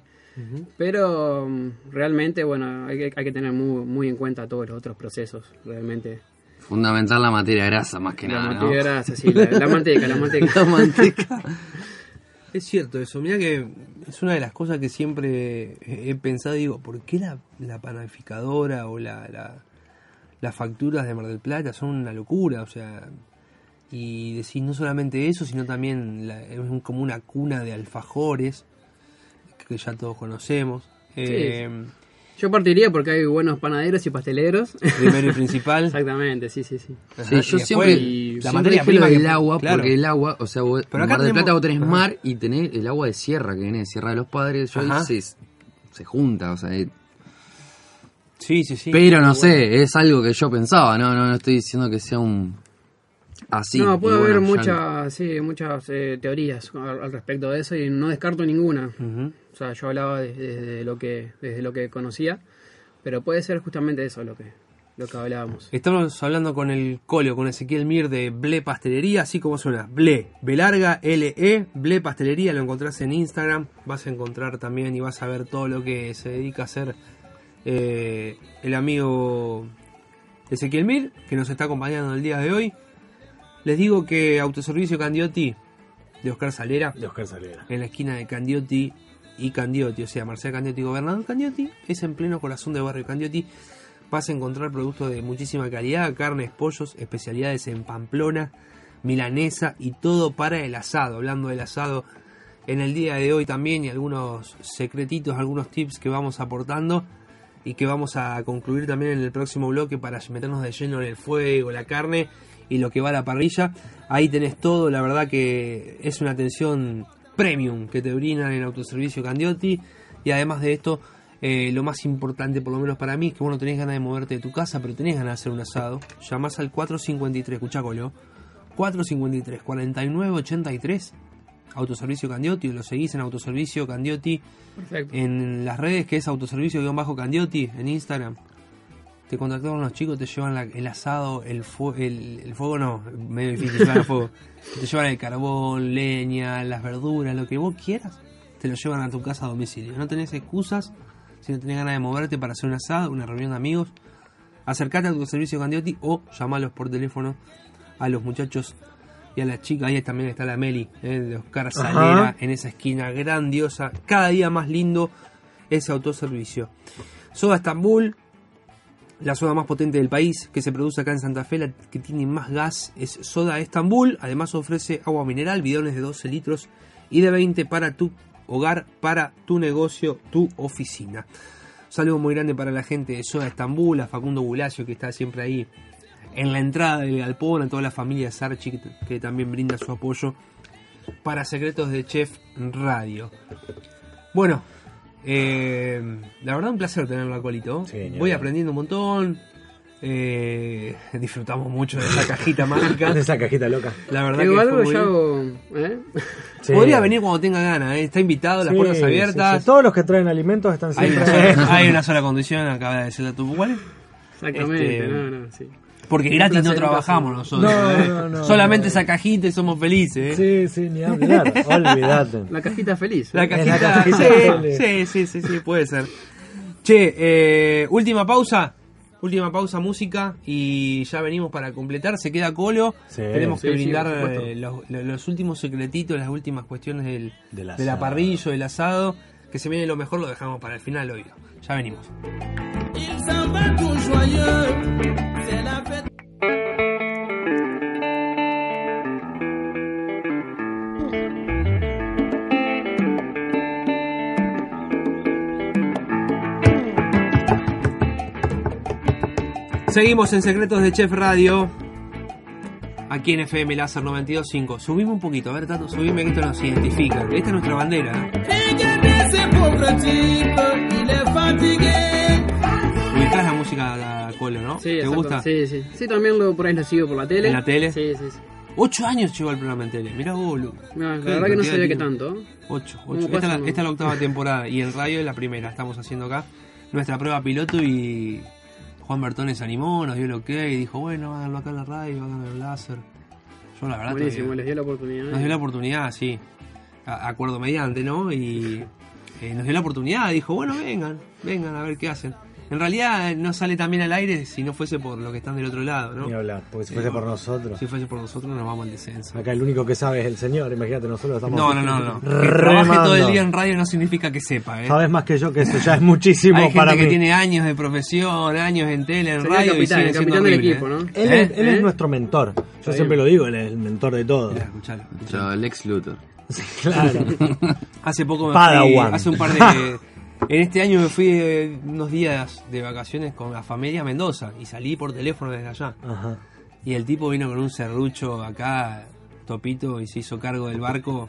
E: Pero mm, realmente, bueno, hay que, hay que tener muy, muy en cuenta todos los otros procesos, realmente.
D: Fundamental la materia grasa, más que
E: la
D: nada,
E: manteca grasa, sí, la, la manteca, la
D: ¿no?
E: manteca.
D: La manteca.
B: Es cierto eso, mira que es una de las cosas que siempre he pensado, digo, ¿por qué la, la panificadora o la, la- las facturas de Mar del Plata son una locura? O sea, y decir no solamente eso, sino también la- es un- como una cuna de alfajores, que ya todos conocemos. Eh,
E: Yo partiría porque hay buenos panaderos y pasteleros.
B: Primero y principal.
E: Exactamente, sí, sí, sí.
B: Ajá,
D: Sí,
B: y
D: yo
B: después
D: siempre,
B: la
D: siempre
B: materia
D: dije lo
B: prima que-
D: del agua,
B: claro.
D: porque el agua, o sea, vos,
B: Pero
D: en
B: acá
D: Mar del
B: tenemos-
D: Plata vos tenés
B: Ajá.
D: mar y tenés el agua de sierra que viene de Sierra de los Padres, yo ahí
B: Ajá.
D: se, se junta, o sea, eh,
B: Sí, sí, sí.
D: pero no sé, es algo que yo pensaba, no, no, no estoy diciendo que sea un así.
E: no, puede
D: y bueno,
E: haber
D: ya
E: muchas, sí, muchas eh, teorías al, al respecto de eso y no descarto ninguna.
B: Ujú.
E: O sea, yo hablaba de- desde lo que desde lo que conocía, pero puede ser justamente eso lo que lo que hablábamos.
B: Eh, Estamos hablando con el Colio, con Ezequiel Mir de Ble Pastelería, así como suena. Ble, B larga, L E, Ble Pastelería, lo encontrás en Instagram, vas a encontrar también y vas a ver todo lo que se dedica a hacer eh, el amigo Ezequiel Mir, que nos está acompañando el día de hoy. Les digo que Autoservicio Candioti de Oscar Salera,
C: De Oscar Salera.
B: en la esquina de Candioti y Candioti, o sea, Marcela Candioti y Gobernador Candioti, es en pleno corazón del barrio Candioti. Vas a encontrar productos de muchísima calidad, carnes, pollos, especialidades en Pamplona, milanesa y todo para el asado. Hablando del asado en el día de hoy también y algunos secretitos, algunos tips que vamos aportando y que vamos a concluir también en el próximo bloque para meternos de lleno en el fuego, la carne y lo que va a la parrilla. Ahí tenés todo, la verdad que es una atención premium que te brindan en Autoservicio Candiotti y además de esto, eh, lo más importante por lo menos para mí es que vos no tenés ganas de moverte de tu casa, pero tenés ganas de hacer un asado. Llamás al 453, escuchá Colo, 453 49 83. Autoservicio Candioti, lo seguís en Autoservicio Candioti eh,
E: Perfecto.
B: en las redes que es autoservicio-candioti en Instagram. Te contactaron los chicos, te llevan la- el asado, el, fuego el, el fuego no, medio difícil llevar el fuego. Te llevan el carbón, leña, las verduras, lo que vos quieras, te lo llevan a tu casa a domicilio. No tenés excusas, si no tenés ganas de moverte para hacer un asado, una reunión de amigos, acercate a autoservicio Candioti o llamalos por teléfono a los muchachos y a la chica, ahí también está la Meli, eh, de Oscar
C: Ajá.
B: Salera, en esa esquina grandiosa, cada día más lindo ese autoservicio. Soda Estambul, la soda más potente del país, que se produce acá en Santa Fe, la que tiene más gas, es Soda Estambul, además ofrece agua mineral, bidones de 12 litros y de 20 para tu hogar, para tu negocio, tu oficina. Saludo muy grande para la gente de Soda Estambul, a Facundo Bulacio que está siempre ahí en la entrada del galpón, a toda la familia Sarchi que, que también brinda su apoyo para Secretos de Chef Radio. Bueno, eh, la verdad un placer tenerlo a Colito.
C: Sí, ni
B: Voy
C: hablar.
B: aprendiendo un montón. eh, disfrutamos mucho de esa cajita mágica.
C: De esa cajita loca.
B: La verdad
E: Digo
B: que
E: algo,
B: fue muy
E: ya
B: bien.
E: hago, ¿eh?
C: Sí.
B: Podría venir cuando tenga ganas, eh, está invitado, las
C: Sí,
B: puertas
C: sí,
B: abiertas.
C: sí. Todos los que traen alimentos están
B: Hay
C: siempre.
B: una, sola, hay una sola condición, acaba de decirle a tu ¿cuál es?
E: Exactamente,
B: Este,
E: no, no, sí.
B: Porque gratis
E: placer,
B: no trabajamos nosotros.
C: No,
B: ¿eh?
C: no, no,
B: Solamente
C: no.
B: esa cajita y somos felices. ¿eh?
C: Sí, sí, ni hablar. Olvídate.
E: La cajita feliz.
B: La
E: ¿eh?
B: cajita.
C: la cajita.
B: sí, sí, sí, sí, sí, puede ser. Che, eh, última pausa. Última pausa, música. Y ya venimos para completar. Se queda Colo.
C: Sí,
B: Tenemos que
E: sí, sí,
B: brindar
E: por supuesto.
B: eh, los, los- los últimos secretitos, las últimas cuestiones del,
C: Del
B: de la
C: asado.
B: parrilla, del asado. Que se viene lo mejor, lo dejamos para el final, oído. Ya venimos. Seguimos en Secretos de Chef Radio. Aquí en FM Láser 92.5. Subimos un poquito, a ver, Tato, subime que esto nos identifica. Esta es nuestra bandera. Ubicás la música a Colo, ¿no?
E: Sí,
B: ¿Te
E: exacto.
B: gusta?
E: Sí, sí. Sí, también lo, por ahí lo sigo por la tele.
B: ¿En la tele?
E: Sí, sí, sí.
B: Ocho años lleva el programa en tele. Mirá vos, boludo.
E: No, la
B: Qué
E: verdad que no
B: cantidad de
E: sabía que
B: tiempo.
E: tanto. ¿eh?
B: Ocho,
E: ¿Cómo
B: ocho. Esta, es
E: pasa,
B: la-
E: no?
B: esta es la octava temporada y el radio es la primera. Estamos haciendo acá nuestra prueba piloto y Juan Bertone se animó, nos dio el ok y dijo, bueno, háganlo acá en la radio, háganlo en el láser. Yo la verdad
E: Buenísimo,
B: todavía-
E: les dio la oportunidad.
B: Nos dio la oportunidad, sí. A- acuerdo mediante, ¿no? Y eh, nos dio la oportunidad, dijo, bueno, vengan, vengan a ver qué hacen. En realidad eh, no sale también al aire si no fuese por lo que están del otro lado,
C: Ni
B: ¿no?
C: hablar, porque si fuese por nosotros.
B: Si fuese por nosotros nos vamos al descenso.
C: Acá el único que sabe es el señor, imagínate, nosotros estamos.
B: No, no, no, no. Que trabaje
C: remando.
B: todo el día en radio no significa que sepa, ¿eh?
C: Sabes más que yo que eso ya es muchísimo
B: Hay gente
C: para
B: que
C: mí.
B: tiene años de profesión, años en tele, en
E: Sería el
B: radio
E: capitán,
B: y
E: el
B: sigue siendo
E: capitán del
B: horrible,
E: equipo,
B: ¿eh?
E: ¿no?
C: Él,
B: ¿Eh?
C: es, él
E: ¿Eh?
C: es nuestro mentor. Yo siempre lo digo, él es el mentor de todo.
B: Mirá, escuchalo, escuchalo.
D: Yo, Lex Luthor.
C: Claro.
B: Hace poco me
C: Padawan.
B: fui, hace un par de en este año me fui eh, unos días de vacaciones con la familia a Mendoza y salí por teléfono desde allá.
C: Ajá.
B: Y el tipo vino con un serrucho acá, topito, y se hizo cargo del barco.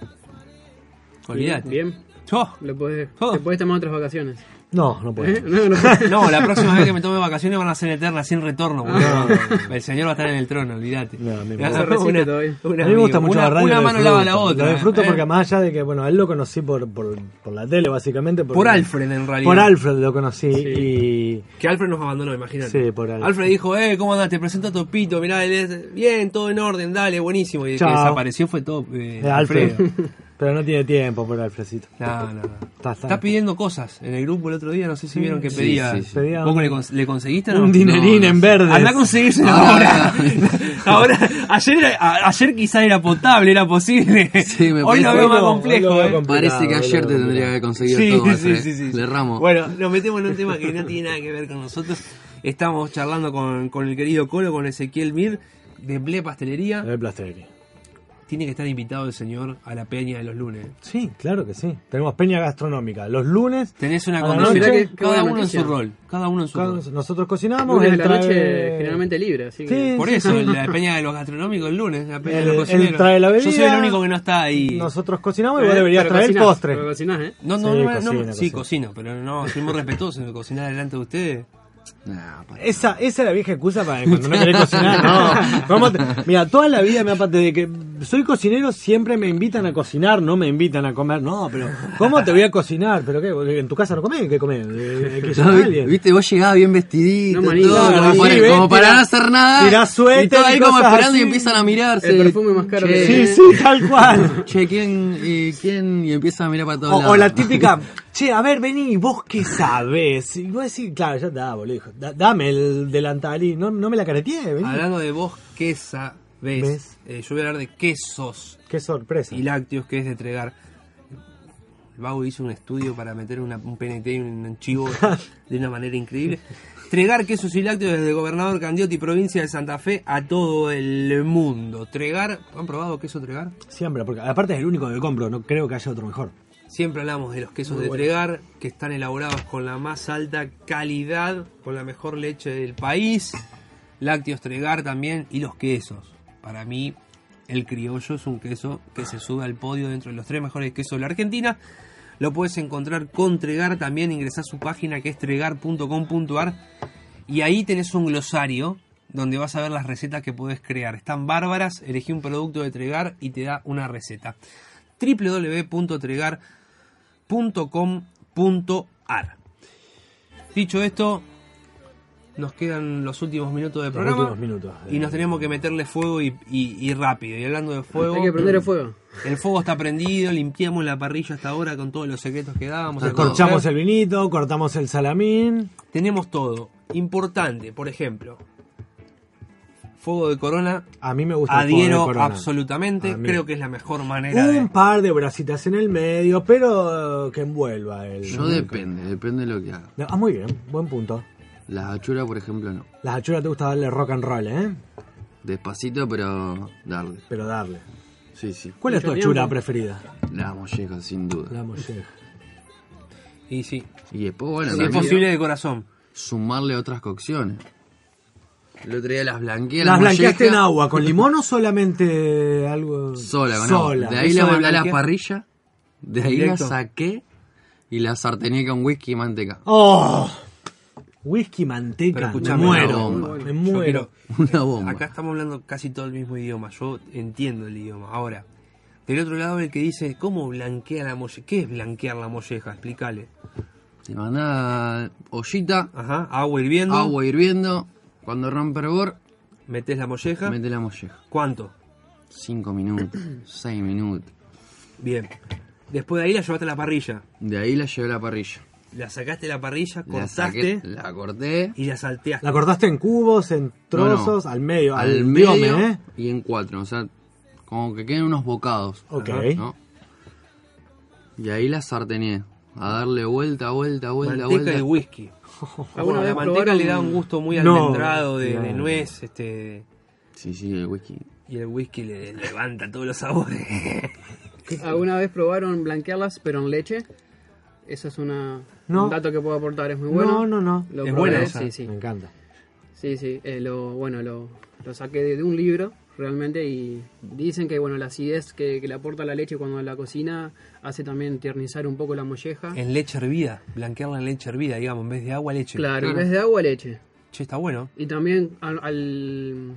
B: Olvídate.
E: Bien,
B: Oh,
E: lo podés,
B: Oh.
E: te podés tomar otras vacaciones.
C: No, no
E: ¿Eh?
C: puede.
E: No, no podés.
B: No, la próxima vez que me tome vacaciones van a ser eternas, sin retorno.
E: Ah.
B: boludo. El señor va a estar en el trono, olvídate.
C: No, a mí me
B: Ya,
C: gusta.
E: Resiste todavía.
B: una
C: a mí me gusta
B: amigo.
C: mucho
B: Una-
C: la radio.
B: Una
C: lo
B: mano lava la
C: disfruto.
B: otra.
C: Lo disfruto
B: ¿eh?
C: porque más allá de que, bueno, a él lo conocí por, por, por la tele, básicamente. porque-
B: Por Alfred, en realidad.
C: Por Alfred lo conocí y.
B: Que Alfred nos abandonó, imagínate.
C: Sí, por Alfred.
B: Alfred dijo, eh, ¿cómo andás? Te presento a Topito, mirá, él es- bien, todo en orden, dale, buenísimo. Y el que
C: Chao.
B: desapareció fue todo eh,
C: eh, Alfred.
B: Alfredo.
C: Pero no tiene tiempo por Alfredcito.
B: No, no, no.
C: Está- está.
B: Está pidiendo cosas. En el grupo el otro día, no sé si vieron que
D: sí,
B: pedía.
D: sí, sí.
C: Pedía
B: ¿Vos
C: un-
B: le, cons- le conseguiste o Este no?
C: Un dinerín
D: no
C: en
D: sé.
C: verde.
B: Anda a conseguírselo ahora. ahora, ayer, era- a- ayer quizá era potable, era posible.
D: Sí, me
B: Hoy lo veo más
D: parece-
C: Hoy lo- hoy
B: complejo.
C: lo veo
B: eh.
C: complicado,
D: Parece que ayer te
C: boludo.
D: tendría que haber conseguido todo. Alfred. Le ramo.
B: Bueno, nos metemos en un tema que no tiene nada que ver con nosotros. Estamos charlando con, con el querido Colo, con Ezequiel Mir, de Ble Pastelería.
C: El plastería.
B: Tiene que estar invitado el señor a la peña de los lunes.
C: Sí, claro que sí. Tenemos peña gastronómica. Los lunes
B: Tenés una
C: A la
B: condición.
E: noche- Qué
B: cada
E: buena
B: uno en
E: noticia.
B: su rol. Cada uno en su
C: cada-
B: rol.
C: nosotros cocinamos.
E: Lunes de
C: él
E: la
C: trae-
E: noche generalmente libre, así que...
C: Sí.
B: Por eso, la peña de los gastronómicos el lunes, la peña de los
C: Él- él
B: cocineros.
C: trae la
B: Yo soy el
C: bebida.
B: único que no está ahí.
C: Nosotros cocinamos y
E: Eh,
C: vos deberías
E: pero
C: traer
E: cocinás,
C: postre.
E: pero cocinás, ¿eh?
B: No, no,
C: Sí,
B: no, no,
C: cocina,
B: sí,
C: cocina.
B: cocino, pero no, soy muy respetuoso en cocinar delante de ustedes.
D: Nah, pa-
C: Esa, esa es la vieja excusa para cuando no querés cocinar, no. ¿Cómo te- Mira, toda la vida me ha pasado, desde que soy cocinero siempre me invitan a cocinar, no me invitan a comer, no, pero ¿cómo te voy a cocinar? ¿Pero qué? ¿Vos ¿En tu casa no comés? ¿Qué comés? Eh, que
D: Ya,
C: llama
D: vi-
C: alguien.
D: Viste, vos llegabas bien vestidito,
E: No, manito,
D: todo,
E: claro,
D: como,
E: sí,
D: para,
C: ves,
D: como para
C: tirá-
D: no hacer nada.
C: tirá suéter
D: Y todo ahí
C: y
D: como
C: cosas
D: esperando y
C: así.
D: empiezan a mirarse.
E: El perfume más caro
D: Che,
E: que-
C: Sí, sí, tal cual.
D: Che, ¿quién, eh, ¿quién? Y empieza a mirar para todos
C: O,
D: lados.
C: o la típica, che, a ver, vení, vos qué sabés. Y vos decís, claro, ya da, boludo, hijo, da- dame el delantal y no, no me la careteé, vení.
B: Hablando de vos, quesa, ves.
C: ¿Ves?
B: Eh, yo voy a hablar de quesos
C: Qué sorpresa.
B: y lácteos que es de entregar. El Bau hizo un estudio para meter una- un PNT y un chivo de una manera increíble. Tregar quesos y lácteos desde el gobernador Candiotti, provincia de Santa Fe, a todo el mundo. Tregar, ¿han probado queso Tregar?
C: Siempre, porque aparte es el único que compro, no creo que haya otro mejor.
B: Siempre hablamos de los quesos de Tregar, que están elaborados con la más alta calidad, con la mejor leche del país. Lácteos Tregar también y los quesos. Para mí, el criollo es un queso que se sube al podio dentro de los tres mejores quesos de la Argentina. Lo puedes encontrar con Tregar también, ingresá a su página que es tregar.com.ar y ahí tenés un glosario donde vas a ver las recetas que puedes crear. Están bárbaras, elegí un producto de Tregar y te da una receta. www.tregar.com.ar Dicho esto, nos quedan los últimos minutos del
C: Los
B: programa.
C: últimos minutos.
B: Y nos tenemos que meterle fuego y, y- y rápido. Y hablando de fuego,
E: eh. Hay que prender el fuego.
B: el fuego está prendido, limpiamos la parrilla hasta ahora con todos los secretos que dábamos.
C: Corchamos el vinito, cortamos el salamín.
B: Tenemos todo. Importante, por ejemplo, fuego de corona.
C: A mí me gusta el jugo de
B: Adhiero
C: Corona.
B: absolutamente.
C: A mí.
B: Creo que es la mejor manera de.
C: Un par de bracitas en el medio, pero eh, que envuelva el.
D: Yo depende, depende de lo que haga.
C: No, ah, muy bien, buen punto.
D: Las achuras, por ejemplo, no.
C: Las achuras te gusta darle rock and roll, ¿eh?
D: Despacito, pero darle.
C: Pero darle.
D: Sí, sí.
C: ¿Cuál es tu
E: Mucho
C: achura
E: tiempo.
C: preferida?
D: La molleja, sin duda.
C: La molleja.
B: Y sí.
D: Y después, bueno,
B: Si es
D: también
B: posible de corazón.
D: sumarle otras cocciones. El otro día las blanqueé. a la
C: ¿Las blanqueaste en
D: molleja
C: agua con limón o solamente algo?
D: Sola, con agua.
C: Sola.
D: De ahí
B: ¿Eso
D: la
B: de
D: mandé a la
B: blanquear?
D: parrilla. De ahí
B: Directo.
D: la saqué. Y la sartené con whisky y manteca.
C: ¡Oh! Whisky, manteca.
B: Pero
C: me
B: escuchame,
C: muero.
D: no,
C: Me
B: Yo
C: muero.
B: quiero-
D: Una bomba.
B: Acá estamos hablando casi todo el mismo idioma. Yo entiendo el idioma. Ahora, del otro lado, el que dice, ¿cómo blanquea la molleja? ¿Qué es blanquear la molleja? Explícale.
D: Te mandás ollita,
B: Ajá, agua hirviendo.
D: agua hirviendo. Cuando rompe hervor,
B: Metes la molleja.
D: mete la molleja.
B: ¿Cuánto?
D: 5 minutos, 6 minutos.
B: Bien. Después de ahí la llevaste a la parrilla.
D: De ahí la llevé a la parrilla.
B: La sacaste de la parrilla,
D: La saqué,
B: cortaste
D: la corté.
B: y la salteaste.
C: ¿La cortaste en cubos, en
D: No, no.
C: trozos, al medio?
D: Al, medio
C: diome, ¿eh?
D: y en cuatro. O sea, como que queden unos bocados.
C: Ok.
D: ¿no? Y ahí la sartené. A darle vuelta, vuelta, vuelta,
B: manteca
D: vuelta.
B: y whisky. Bueno,
E: vez
B: la manteca
E: probaron-
B: le da un gusto muy
C: No,
B: almendrado de, de
C: no.
B: nuez, este
D: Sí, sí, el whisky.
B: y el whisky le levanta todos los sabores.
E: ¿Alguna vez probaron blanquearlas pero en leche? Esa es una
C: No.
E: un dato que puedo aportar, es muy bueno.
C: No, no, no.
E: Lo
B: Es
E: probé,
B: buena esa.
E: Sí, sí.
C: Me encanta.
E: Sí, sí, eh, lo, bueno, lo, lo saqué de, de un libro realmente y dicen que bueno, la acidez que, que le aporta la leche cuando la cocina hace también tiernizar un poco la molleja.
B: en leche hervida, blanquearla en leche hervida, digamos, en vez de agua, leche.
E: Claro, en vez de agua, leche.
B: Che, está bueno.
E: Y también al, al,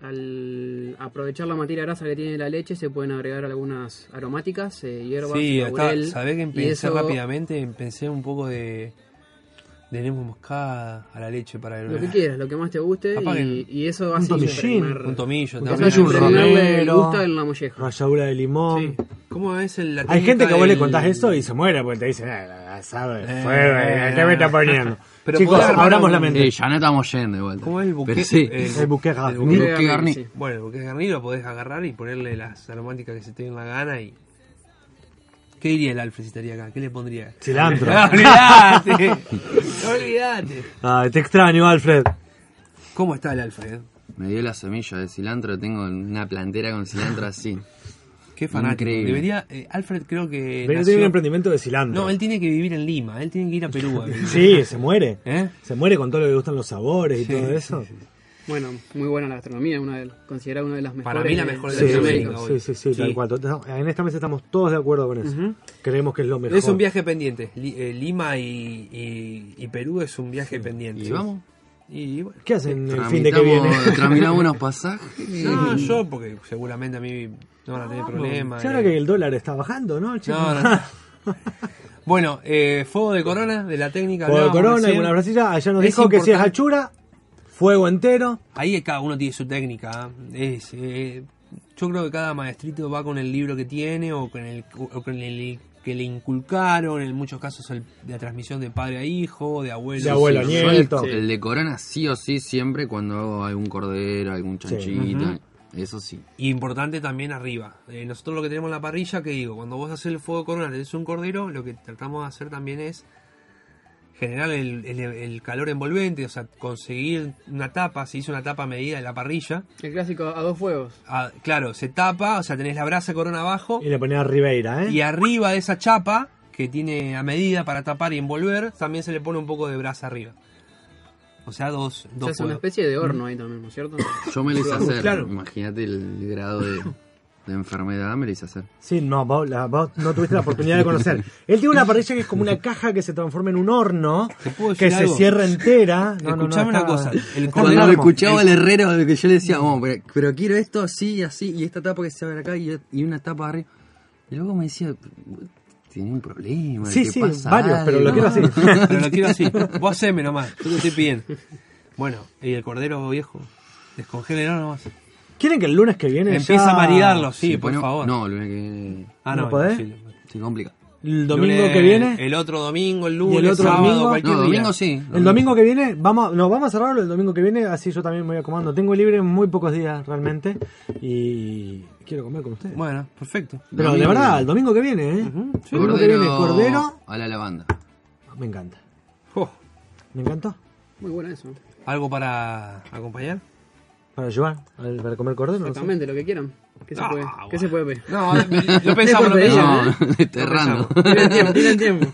E: al aprovechar la materia grasa que tiene la leche se pueden agregar algunas aromáticas, eh, hierbas,
B: sí, está,
E: laurel,
B: sabés que
E: y
B: pensé
E: eso-
B: rápidamente, pensé un poco de de nuez moscada a la leche para el
E: Lo que quieras, lo que más te guste
B: Capaz
E: y,
B: que-
E: y eso hace
C: tomillín,
E: impregnar-
B: un tomillo
C: Un
B: también.
C: tomillo, un
E: impregnar el
C: romero.
E: gusto en la molleja.
C: Ralladura de limón.
B: ¿Cómo es el la
C: Hay
B: técnica
C: gente que vos le
B: del-
C: contás eso y se muere porque te dicen, ah, la- la sabe,
B: Eh,
C: fue, eh, ¿qué me está poniendo?
B: Pero
C: Chicos,
B: podés armar
C: abramos la
B: un-
C: mente.
D: Sí, ya no estamos yendo igual.
B: ¿Cómo es el buque?
D: Pero sí.
B: el-
C: El buque
B: el
C: Garnier.
B: buque-
D: Mirá que garni.
E: sí.
B: Bueno, el buque de garni lo podés agarrar y ponerle las aromáticas que se te den la gana y. ¿Qué diría el Alfred si estaría acá? ¿Qué le pondría?
C: Cilantro.
B: No, olvídate. olvídate.
C: Ay, te extraño, Alfred.
B: ¿Cómo está el Alfred? eh?
D: Me dio la semilla de cilantro. Tengo una plantera con cilantro así.
B: Qué fanático.
D: Increíble.
B: Debería. eh, Alfred creo que.
C: Pero
B: nació-
C: tiene un emprendimiento de cilantro.
B: No, él tiene que vivir en Lima. Él tiene que ir a Perú. a vivir.
C: Sí, se muere.
B: ¿Eh?
C: Se muere con todo lo que le gustan los sabores y todo eso.
E: Bueno, muy buena la gastronomía, una de, considerada una de las mejores.
B: Para mí la mejor de
C: Sí,
B: Latinoamérica
C: sí,
B: hoy.
C: sí, sí, tal
B: Sí.
C: cual. Estamos- En esta mesa estamos todos de acuerdo con eso. Creemos que es lo mejor.
B: Es un viaje pendiente. Li- eh, Lima y, y- y Perú es un viaje pendiente.
D: ¿Y vamos?
B: Y bueno.
C: ¿Qué hacen el fin de que viene?
D: Tramitamos, tramitamos unos pasajes.
B: No, yo, porque seguramente a mí no van a
C: Ah,
B: tener problemas.
C: Ya ahora
B: eh.
C: que el dólar está bajando, ¿no? chicos?
B: No, no. Bueno, eh, fuego de corona, de la técnica.
C: Por
B: hablábamos
C: corona y
B: recién.
C: una brasilla, allá nos
B: Es
C: dijo que si es
B: importante-
C: hachura, fuego entero.
B: Ahí cada uno tiene su técnica. ¿eh? Es, eh, yo creo que cada maestrito va con el libro que tiene o con el, o con el que le inculcaron, en muchos casos el- la transmisión de padre a hijo, de abuelo,
C: De abuelo a
B: Sí.
D: Yo
C: nieto.
D: el,
C: Sí.
D: el de corona sí o sí siempre cuando hago algún cordero, algún chanchita. Eso sí.
B: Y importante también arriba. Eh, nosotros lo que tenemos en la parrilla, que digo, cuando vos haces el fuego corona, tenés un cordero, lo que tratamos de hacer también es generar el, el- el calor envolvente, o sea, conseguir una tapa, se hizo una tapa a medida de la parrilla.
E: El clásico a dos fuegos.
B: Ah, claro, se tapa, o sea, tenés la brasa corona abajo.
C: Y le ponía Ribeira, ¿eh?
B: Y arriba de esa chapa, que tiene a medida para tapar y envolver, también se le pone un poco de brasa arriba. O sea, dos,
E: O sea,
B: dos
E: es una
B: fuegos. Mm.
E: especie de horno ahí también, ¿no es cierto?
D: Yo me lo hice hacer.
C: Claro.
D: Imagínate el grado de, de enfermedad, me lo hice hacer.
C: Sí, no, vos, la- vos no tuviste la oportunidad de conocer. Él tiene una parrilla que es como una caja que se transforma en un horno,
B: ¿Te puedo decir
C: que se
B: algo?
C: cierra entera. No, no, no,
B: Escuchame una
C: está-
B: cosa, el
C: está
B: cordero-
D: Cuando
C: enfermo.
D: lo escuchaba al herrero, lo que yo le decía, "Oh, pero, pero quiero esto así, así, y esta tapa que se abre acá y, y una tapa arriba. Y luego me decía, tiene un problema.
C: Sí,
D: ¿te
C: sí,
D: pasa
C: varios, pero lo
D: algo?".
C: quiero así.
B: Pero lo quiero así. Vos haceme nomás, yo te estoy pidiendo. Bueno, y el cordero viejo, descongélenlo nomás.
C: ¿Quieren que el lunes que viene
B: Empieza
C: ya-
B: a maridarlo, sí,
D: Si
B: por
D: pone-
B: favor.
D: No, lo que.
B: ah,
C: ¿No podés?
B: imposible.
D: Se complica.
C: El domingo
B: Lunes, eh,
C: que viene.
B: El otro domingo, el lunes,
C: ¿Y el otro
B: sábado,
C: domingo?
B: cualquier
D: No,
B: día.
D: domingo sí.
C: El domingo que viene, vamos, no, vamos a cerrarlo el domingo que viene, así yo también me voy acomodando. Tengo libre muy pocos días realmente y quiero comer con ustedes.
B: Bueno, perfecto.
C: Pero de
D: Domingo.
C: verdad, el domingo que viene, ¿eh? El domingo que viene, cordero.
D: A la lavanda.
C: Me encanta.
B: Oh,
C: Me encantó.
E: Muy buena eso.
B: ¿Algo para acompañar?
C: Para llevar, al- para comer cordero. no sé.
E: Exactamente, lo que quieran. ¿Qué se
B: Ah,
E: puede,
B: bueno.
E: ¿qué se puede pedir?
B: No, lo pensamos, lo
D: No,
B: pensamos.
D: desterrando.
E: Tienen tiempo, tienen tiempo.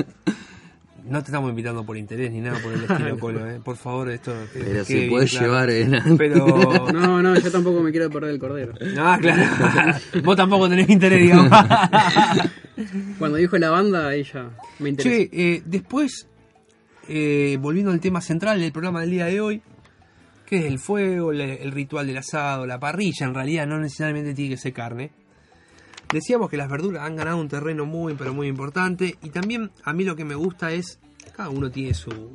B: No te estamos invitando por interés ni nada por el estilo, Colo, eh. Por favor, esto. que- que
D: Pero se puede
B: quede bien
D: llevar eh. en
B: claro. Pero. No,
E: No, no, yo tampoco me quiero perder el cordero.
B: Ah, claro. Vos tampoco tenés interés, digamos.
E: Cuando dijo la banda, ahí ya me interesó.
B: che, eh, después, eh, volviendo al tema central del programa del día de hoy, que es el fuego, la- el ritual del asado, la parrilla, en realidad no necesariamente tiene que ser carne. Decíamos que las verduras han ganado un terreno muy, pero muy importante. Y también a mí lo que me gusta es, cada uno tiene su,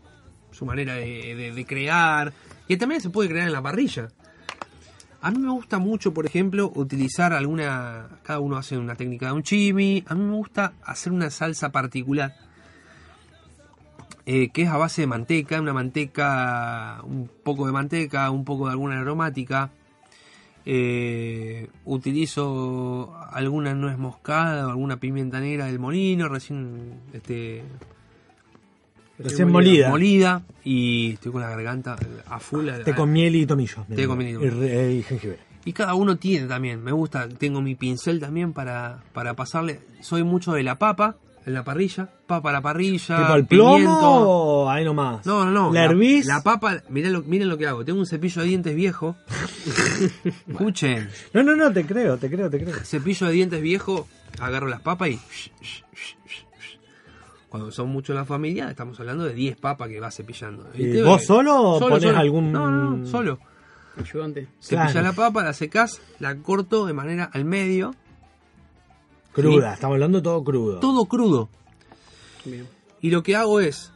B: su manera de, de- de crear, que también se puede crear en la parrilla. A mí me gusta mucho, por ejemplo, utilizar alguna... Cada uno hace una técnica de un chimi. A mí me gusta hacer una salsa particular. eh, que es a base de manteca, una manteca, un poco de manteca, un poco de alguna aromática, eh, utilizo alguna nuez moscada o alguna pimienta negra del molino, recién este,
C: Recién molida.
B: molida. Y estoy con la garganta a full. a-
C: Té con miel y tomillo.
B: Té con miel y tomillo.
C: re- y jengibre.
B: Y cada uno tiene también. Me gusta, tengo mi pincel también para, para pasarle. Soy mucho de la papa en la parrilla. Papa a la parrilla.
C: ¿Tipo al
B: Ah, pimiento.
C: plomo o ahí nomás?
B: No, no, no.
C: ¿La hervís?
B: La papa, miren lo, mirá lo que hago. Tengo un cepillo de dientes viejo. Escuchen,
C: No, no, no, te creo, te creo, te creo.
B: cepillo de dientes viejo, agarro las papas y. Cuando son muchos la familia, estamos hablando de 10 papas que vas cepillando.
C: ¿Y
B: ¿Viste?
C: vos solo o ponés algún-
B: No, no, no, solo.
E: Ayudante.
B: Cepillás
C: Claro.
B: la papa, la secás, la corto de manera al medio.
C: Cruda, estamos hablando todo crudo.
B: Todo crudo.
E: Bien.
B: Y lo que hago es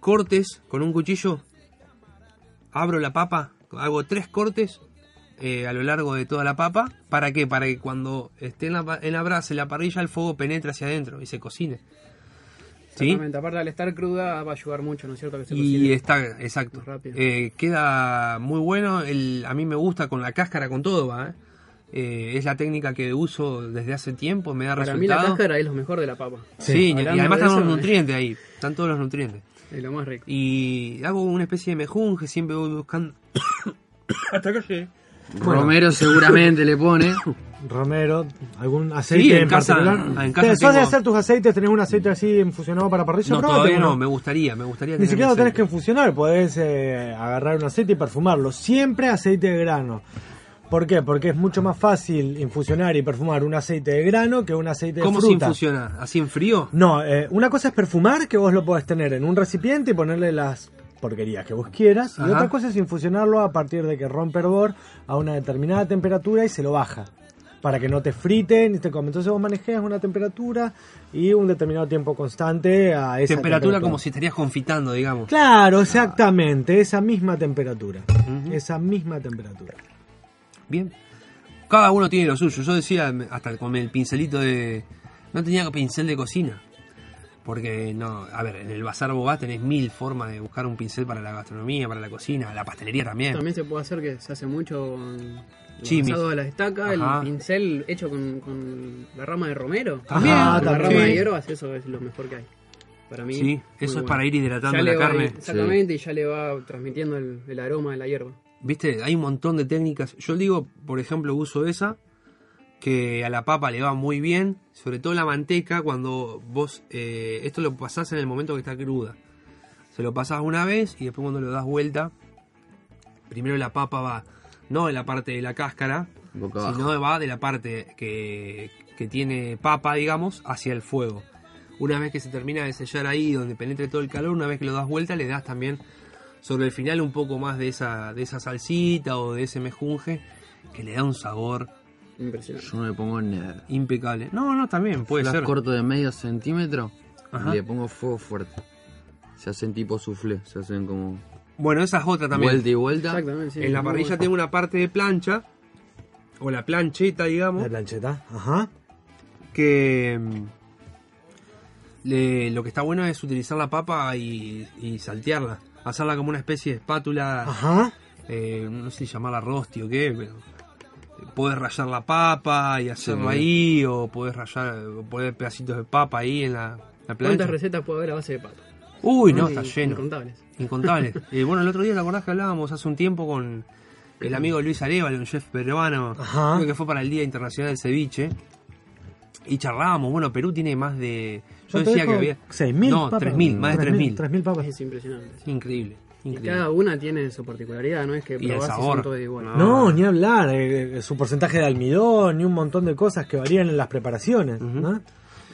B: cortes con un cuchillo, abro la papa, hago tres cortes eh, a lo largo de toda la papa. ¿Para qué? Para que cuando esté en la, pa- en la brasa, en la parrilla, el fuego penetre hacia adentro y se cocine. ¿Sí?
E: Exactamente. Aparte, al estar cruda va a ayudar mucho, ¿no es cierto? Que se
B: Y este
E: cocine.
B: está, exacto.
E: Más rápido.
B: Eh, queda muy bueno. El, a mí me gusta con la cáscara, con todo, va. ¿eh? Eh, es la técnica que uso desde hace tiempo, me da
E: Para mí
B: resultado.
E: la cáscara es lo mejor de la papa.
B: Sí, y
E: hablando
B: además
E: de
B: están los
E: eso, eh.
B: nutrientes ahí. Están todos los nutrientes.
E: Es lo más rico.
B: Y hago una especie de mejunje, siempre voy buscando. Hasta que llegue.
D: Romero seguramente le pone.
C: Romero, algún aceite
B: Sí, en
C: en
B: casa-
C: particular.
B: en casa
C: ¿Te sos de
B: tengo-
C: hacer tus aceites? ¿Tenés un aceite así infusionado para parrilla?
B: No,
C: Probate
B: todavía
C: uno.
B: no, me gustaría, me gustaría
C: Ni
B: tener
C: siquiera lo
B: ese-
C: tenés que infusionar, podés eh, agarrar un aceite y perfumarlo. Siempre aceite de grano. ¿Por qué? Porque es mucho más fácil infusionar y perfumar un aceite de grano que un aceite de
B: ¿Cómo se
C: fruta.
B: infusiona? ¿Así en frío?
C: No, eh, una cosa es perfumar, que vos lo podés tener en un recipiente y ponerle las porquerías que vos quieras. Y
D: Ajá.
C: otra cosa es infusionarlo a partir de que rompe hervor a una determinada temperatura y se lo baja. Para que no te friten. ni te comen. Entonces vos manejas una temperatura y un determinado tiempo constante a esa
B: Temperatura como si estarías confitando, digamos.
C: Claro, exactamente. Esa misma temperatura. Esa misma temperatura.
B: Bien. Cada uno tiene lo suyo. Yo decía, me- hasta con el pincelito de... No tenía pincel de cocina. Porque, no, a ver, en el Bazar Bogás tenés mil formas de buscar un pincel para la gastronomía, para la cocina, la pastelería también.
E: También se puede hacer que se hace mucho con
B: Chimis.
E: el asado de la estaca,
B: Ajá. Ah,
E: el pincel hecho con, con la rama de romero.
B: También.
E: Con la
C: también.
E: rama de
C: Sí.
E: hierbas, eso es lo mejor que hay. Para mí.
B: Sí,
E: muy
B: eso es
E: bueno.
B: para ir hidratando
E: Ya
B: la
E: le va-
B: carne.
E: Exactamente, y ya le va transmitiendo el, el aroma de la hierba.
B: Viste, hay un montón de técnicas. Yo digo, por ejemplo, uso esa, que a la papa le va muy bien, sobre todo la manteca, cuando vos eh, esto lo pasás en el momento que está cruda. Se lo pasás una vez y después cuando lo das vuelta, primero la papa va, no de la parte de la cáscara,
D: Boca abajo.
B: sino va de la parte que, que tiene papa, digamos, hacia el fuego. Una vez que se termina de sellar ahí, donde penetre todo el calor, una vez que lo das vuelta, le das también sobre el final un poco más de esa, de esa salsita o de ese mejunje que le da un sabor
E: Impresionante.
D: Yo no le pongo nada.
B: impecable. No, no, también puede
D: Las
B: ser.
D: corto de medio centímetro
B: Ajá.
D: y le pongo fuego fuerte. Se hacen tipo soufflé, se hacen como
B: Bueno, esa es otra también.
D: vuelta y vuelta.
E: Exactamente, sí.
B: en la
E: Muy
B: parrilla
E: bueno.
B: tengo una parte de plancha, o la plancheta, digamos,
C: La plancheta. Ajá.
B: que mm, le- lo que está bueno es utilizar la papa y, y saltearla. Hacerla como una especie de
E: Ah.
B: espátula,
C: Ajá.
B: eh, no sé si llamarla rosti o qué, pero eh, podés rayar la papa y hacerlo
D: Sí.
B: ahí, o podés rayar, o poner pedacitos de papa ahí en la, la plancha.
E: ¿Cuántas recetas puede haber a base de papa?
B: Uy, no,
E: Y-
B: está lleno.
E: Incontables.
B: Incontables. Eh, bueno, el otro día, ¿te acordás que hablábamos hace un tiempo con el amigo Luis Arevalo, un chef peruano?
C: Ajá.
B: Creo que fue para el Día Internacional del Ceviche. Y charlábamos, bueno, Perú tiene más de... Yo
C: ¿Cuánto
B: decía que
C: dijo?
B: había...
C: 6.000
B: No,
C: papas.
B: 3.000, más de 3.000.
C: 3.000 papas.
E: Es impresionante.
B: Increíble,
E: Y
B: increíble.
E: cada una tiene su particularidad, no es que
B: Y el
E: probás y
B: sabor.
E: son todas iguales.
C: No,
B: Ah.
C: ni hablar. eh, eh, su porcentaje de almidón y un montón de cosas que varían en las preparaciones. ¿no?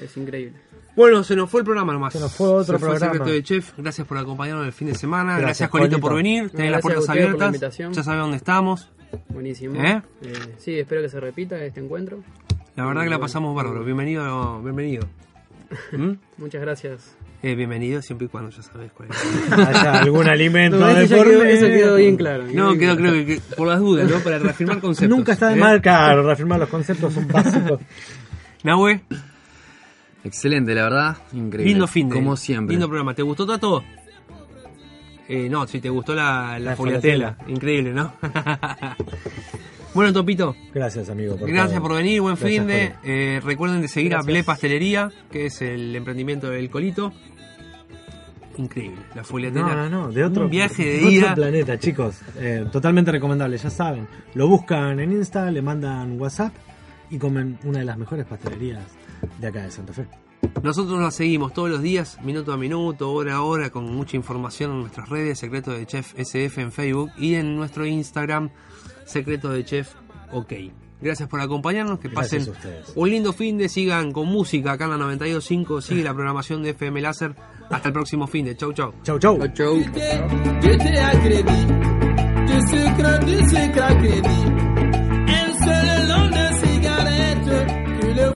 E: Es increíble.
B: Bueno, se nos fue el programa nomás.
C: Se nos fue otro
B: Se fue el
C: programa.
B: secreto de chef. Gracias por acompañarnos el fin de semana. Gracias,
C: Gracias,
B: Colito, por
C: Colito.
B: venir.
E: No,
B: Tenés las
E: gracias a
B: puertas
E: ustedes por la
B: abiertas.
E: invitación.
B: ya sabés dónde estamos.
E: Buenísimo.
B: ¿Eh?
E: Eh, sí, espero que se repita este encuentro.
B: La verdad que la
E: Bueno.
B: pasamos bárbaro. Bienvenido, bienvenido. ¿Mm?
E: Muchas gracias.
B: Eh, bienvenido siempre y cuando ya sabés cuál es.
C: Haya algún alimento de
E: eso,
C: por
E: quedó,
C: medio.
E: bien claro.
B: No, creo, creo que, que por las dudas, ¿no? Para reafirmar conceptos.
C: Nunca está de
B: ¿eh?
C: mal, claro, reafirmar los conceptos son básicos.
B: Nahue,
D: Excelente, la verdad, increíble.
B: lindo fin de.
D: Como siempre.
B: Lindo programa. ¿Te gustó, Tato? Eh, no, si te gustó la, la,
C: La
B: foliatela. Increíble, ¿no? bueno, Topito,
C: Gracias, amigo. por
B: gracias
C: todo.
B: por venir. Buen
C: Gracias,
B: fin de.
C: Jorge.
B: Eh, recuerden de seguir a
C: Gracias.
B: Ble Pastelería, que es el emprendimiento del Colito. Increíble, la foliatela.
C: No, no, no, de otro,
B: Un viaje de
C: otro
B: ida.
C: planeta, chicos. Eh, totalmente recomendable, ya saben. Lo buscan en Insta, le mandan WhatsApp y comen una de las mejores pastelerías de acá de Santa Fe.
B: Nosotros la seguimos todos los días, minuto a minuto, hora a hora, con mucha información en nuestras redes, Secreto de Chef SF en Facebook y en nuestro Instagram, Secreto de Chef OK. Gracias por acompañarnos, que
C: Gracias
B: pasen
C: a ustedes.
B: un lindo fin de, sigan con música acá en la 925, sigue la programación de FM Láser. Hasta el próximo fin de, chau chau.
C: Chau, chau.
D: Chau.
F: J'étais agrébi, tu sucres, tu sucres agrébi.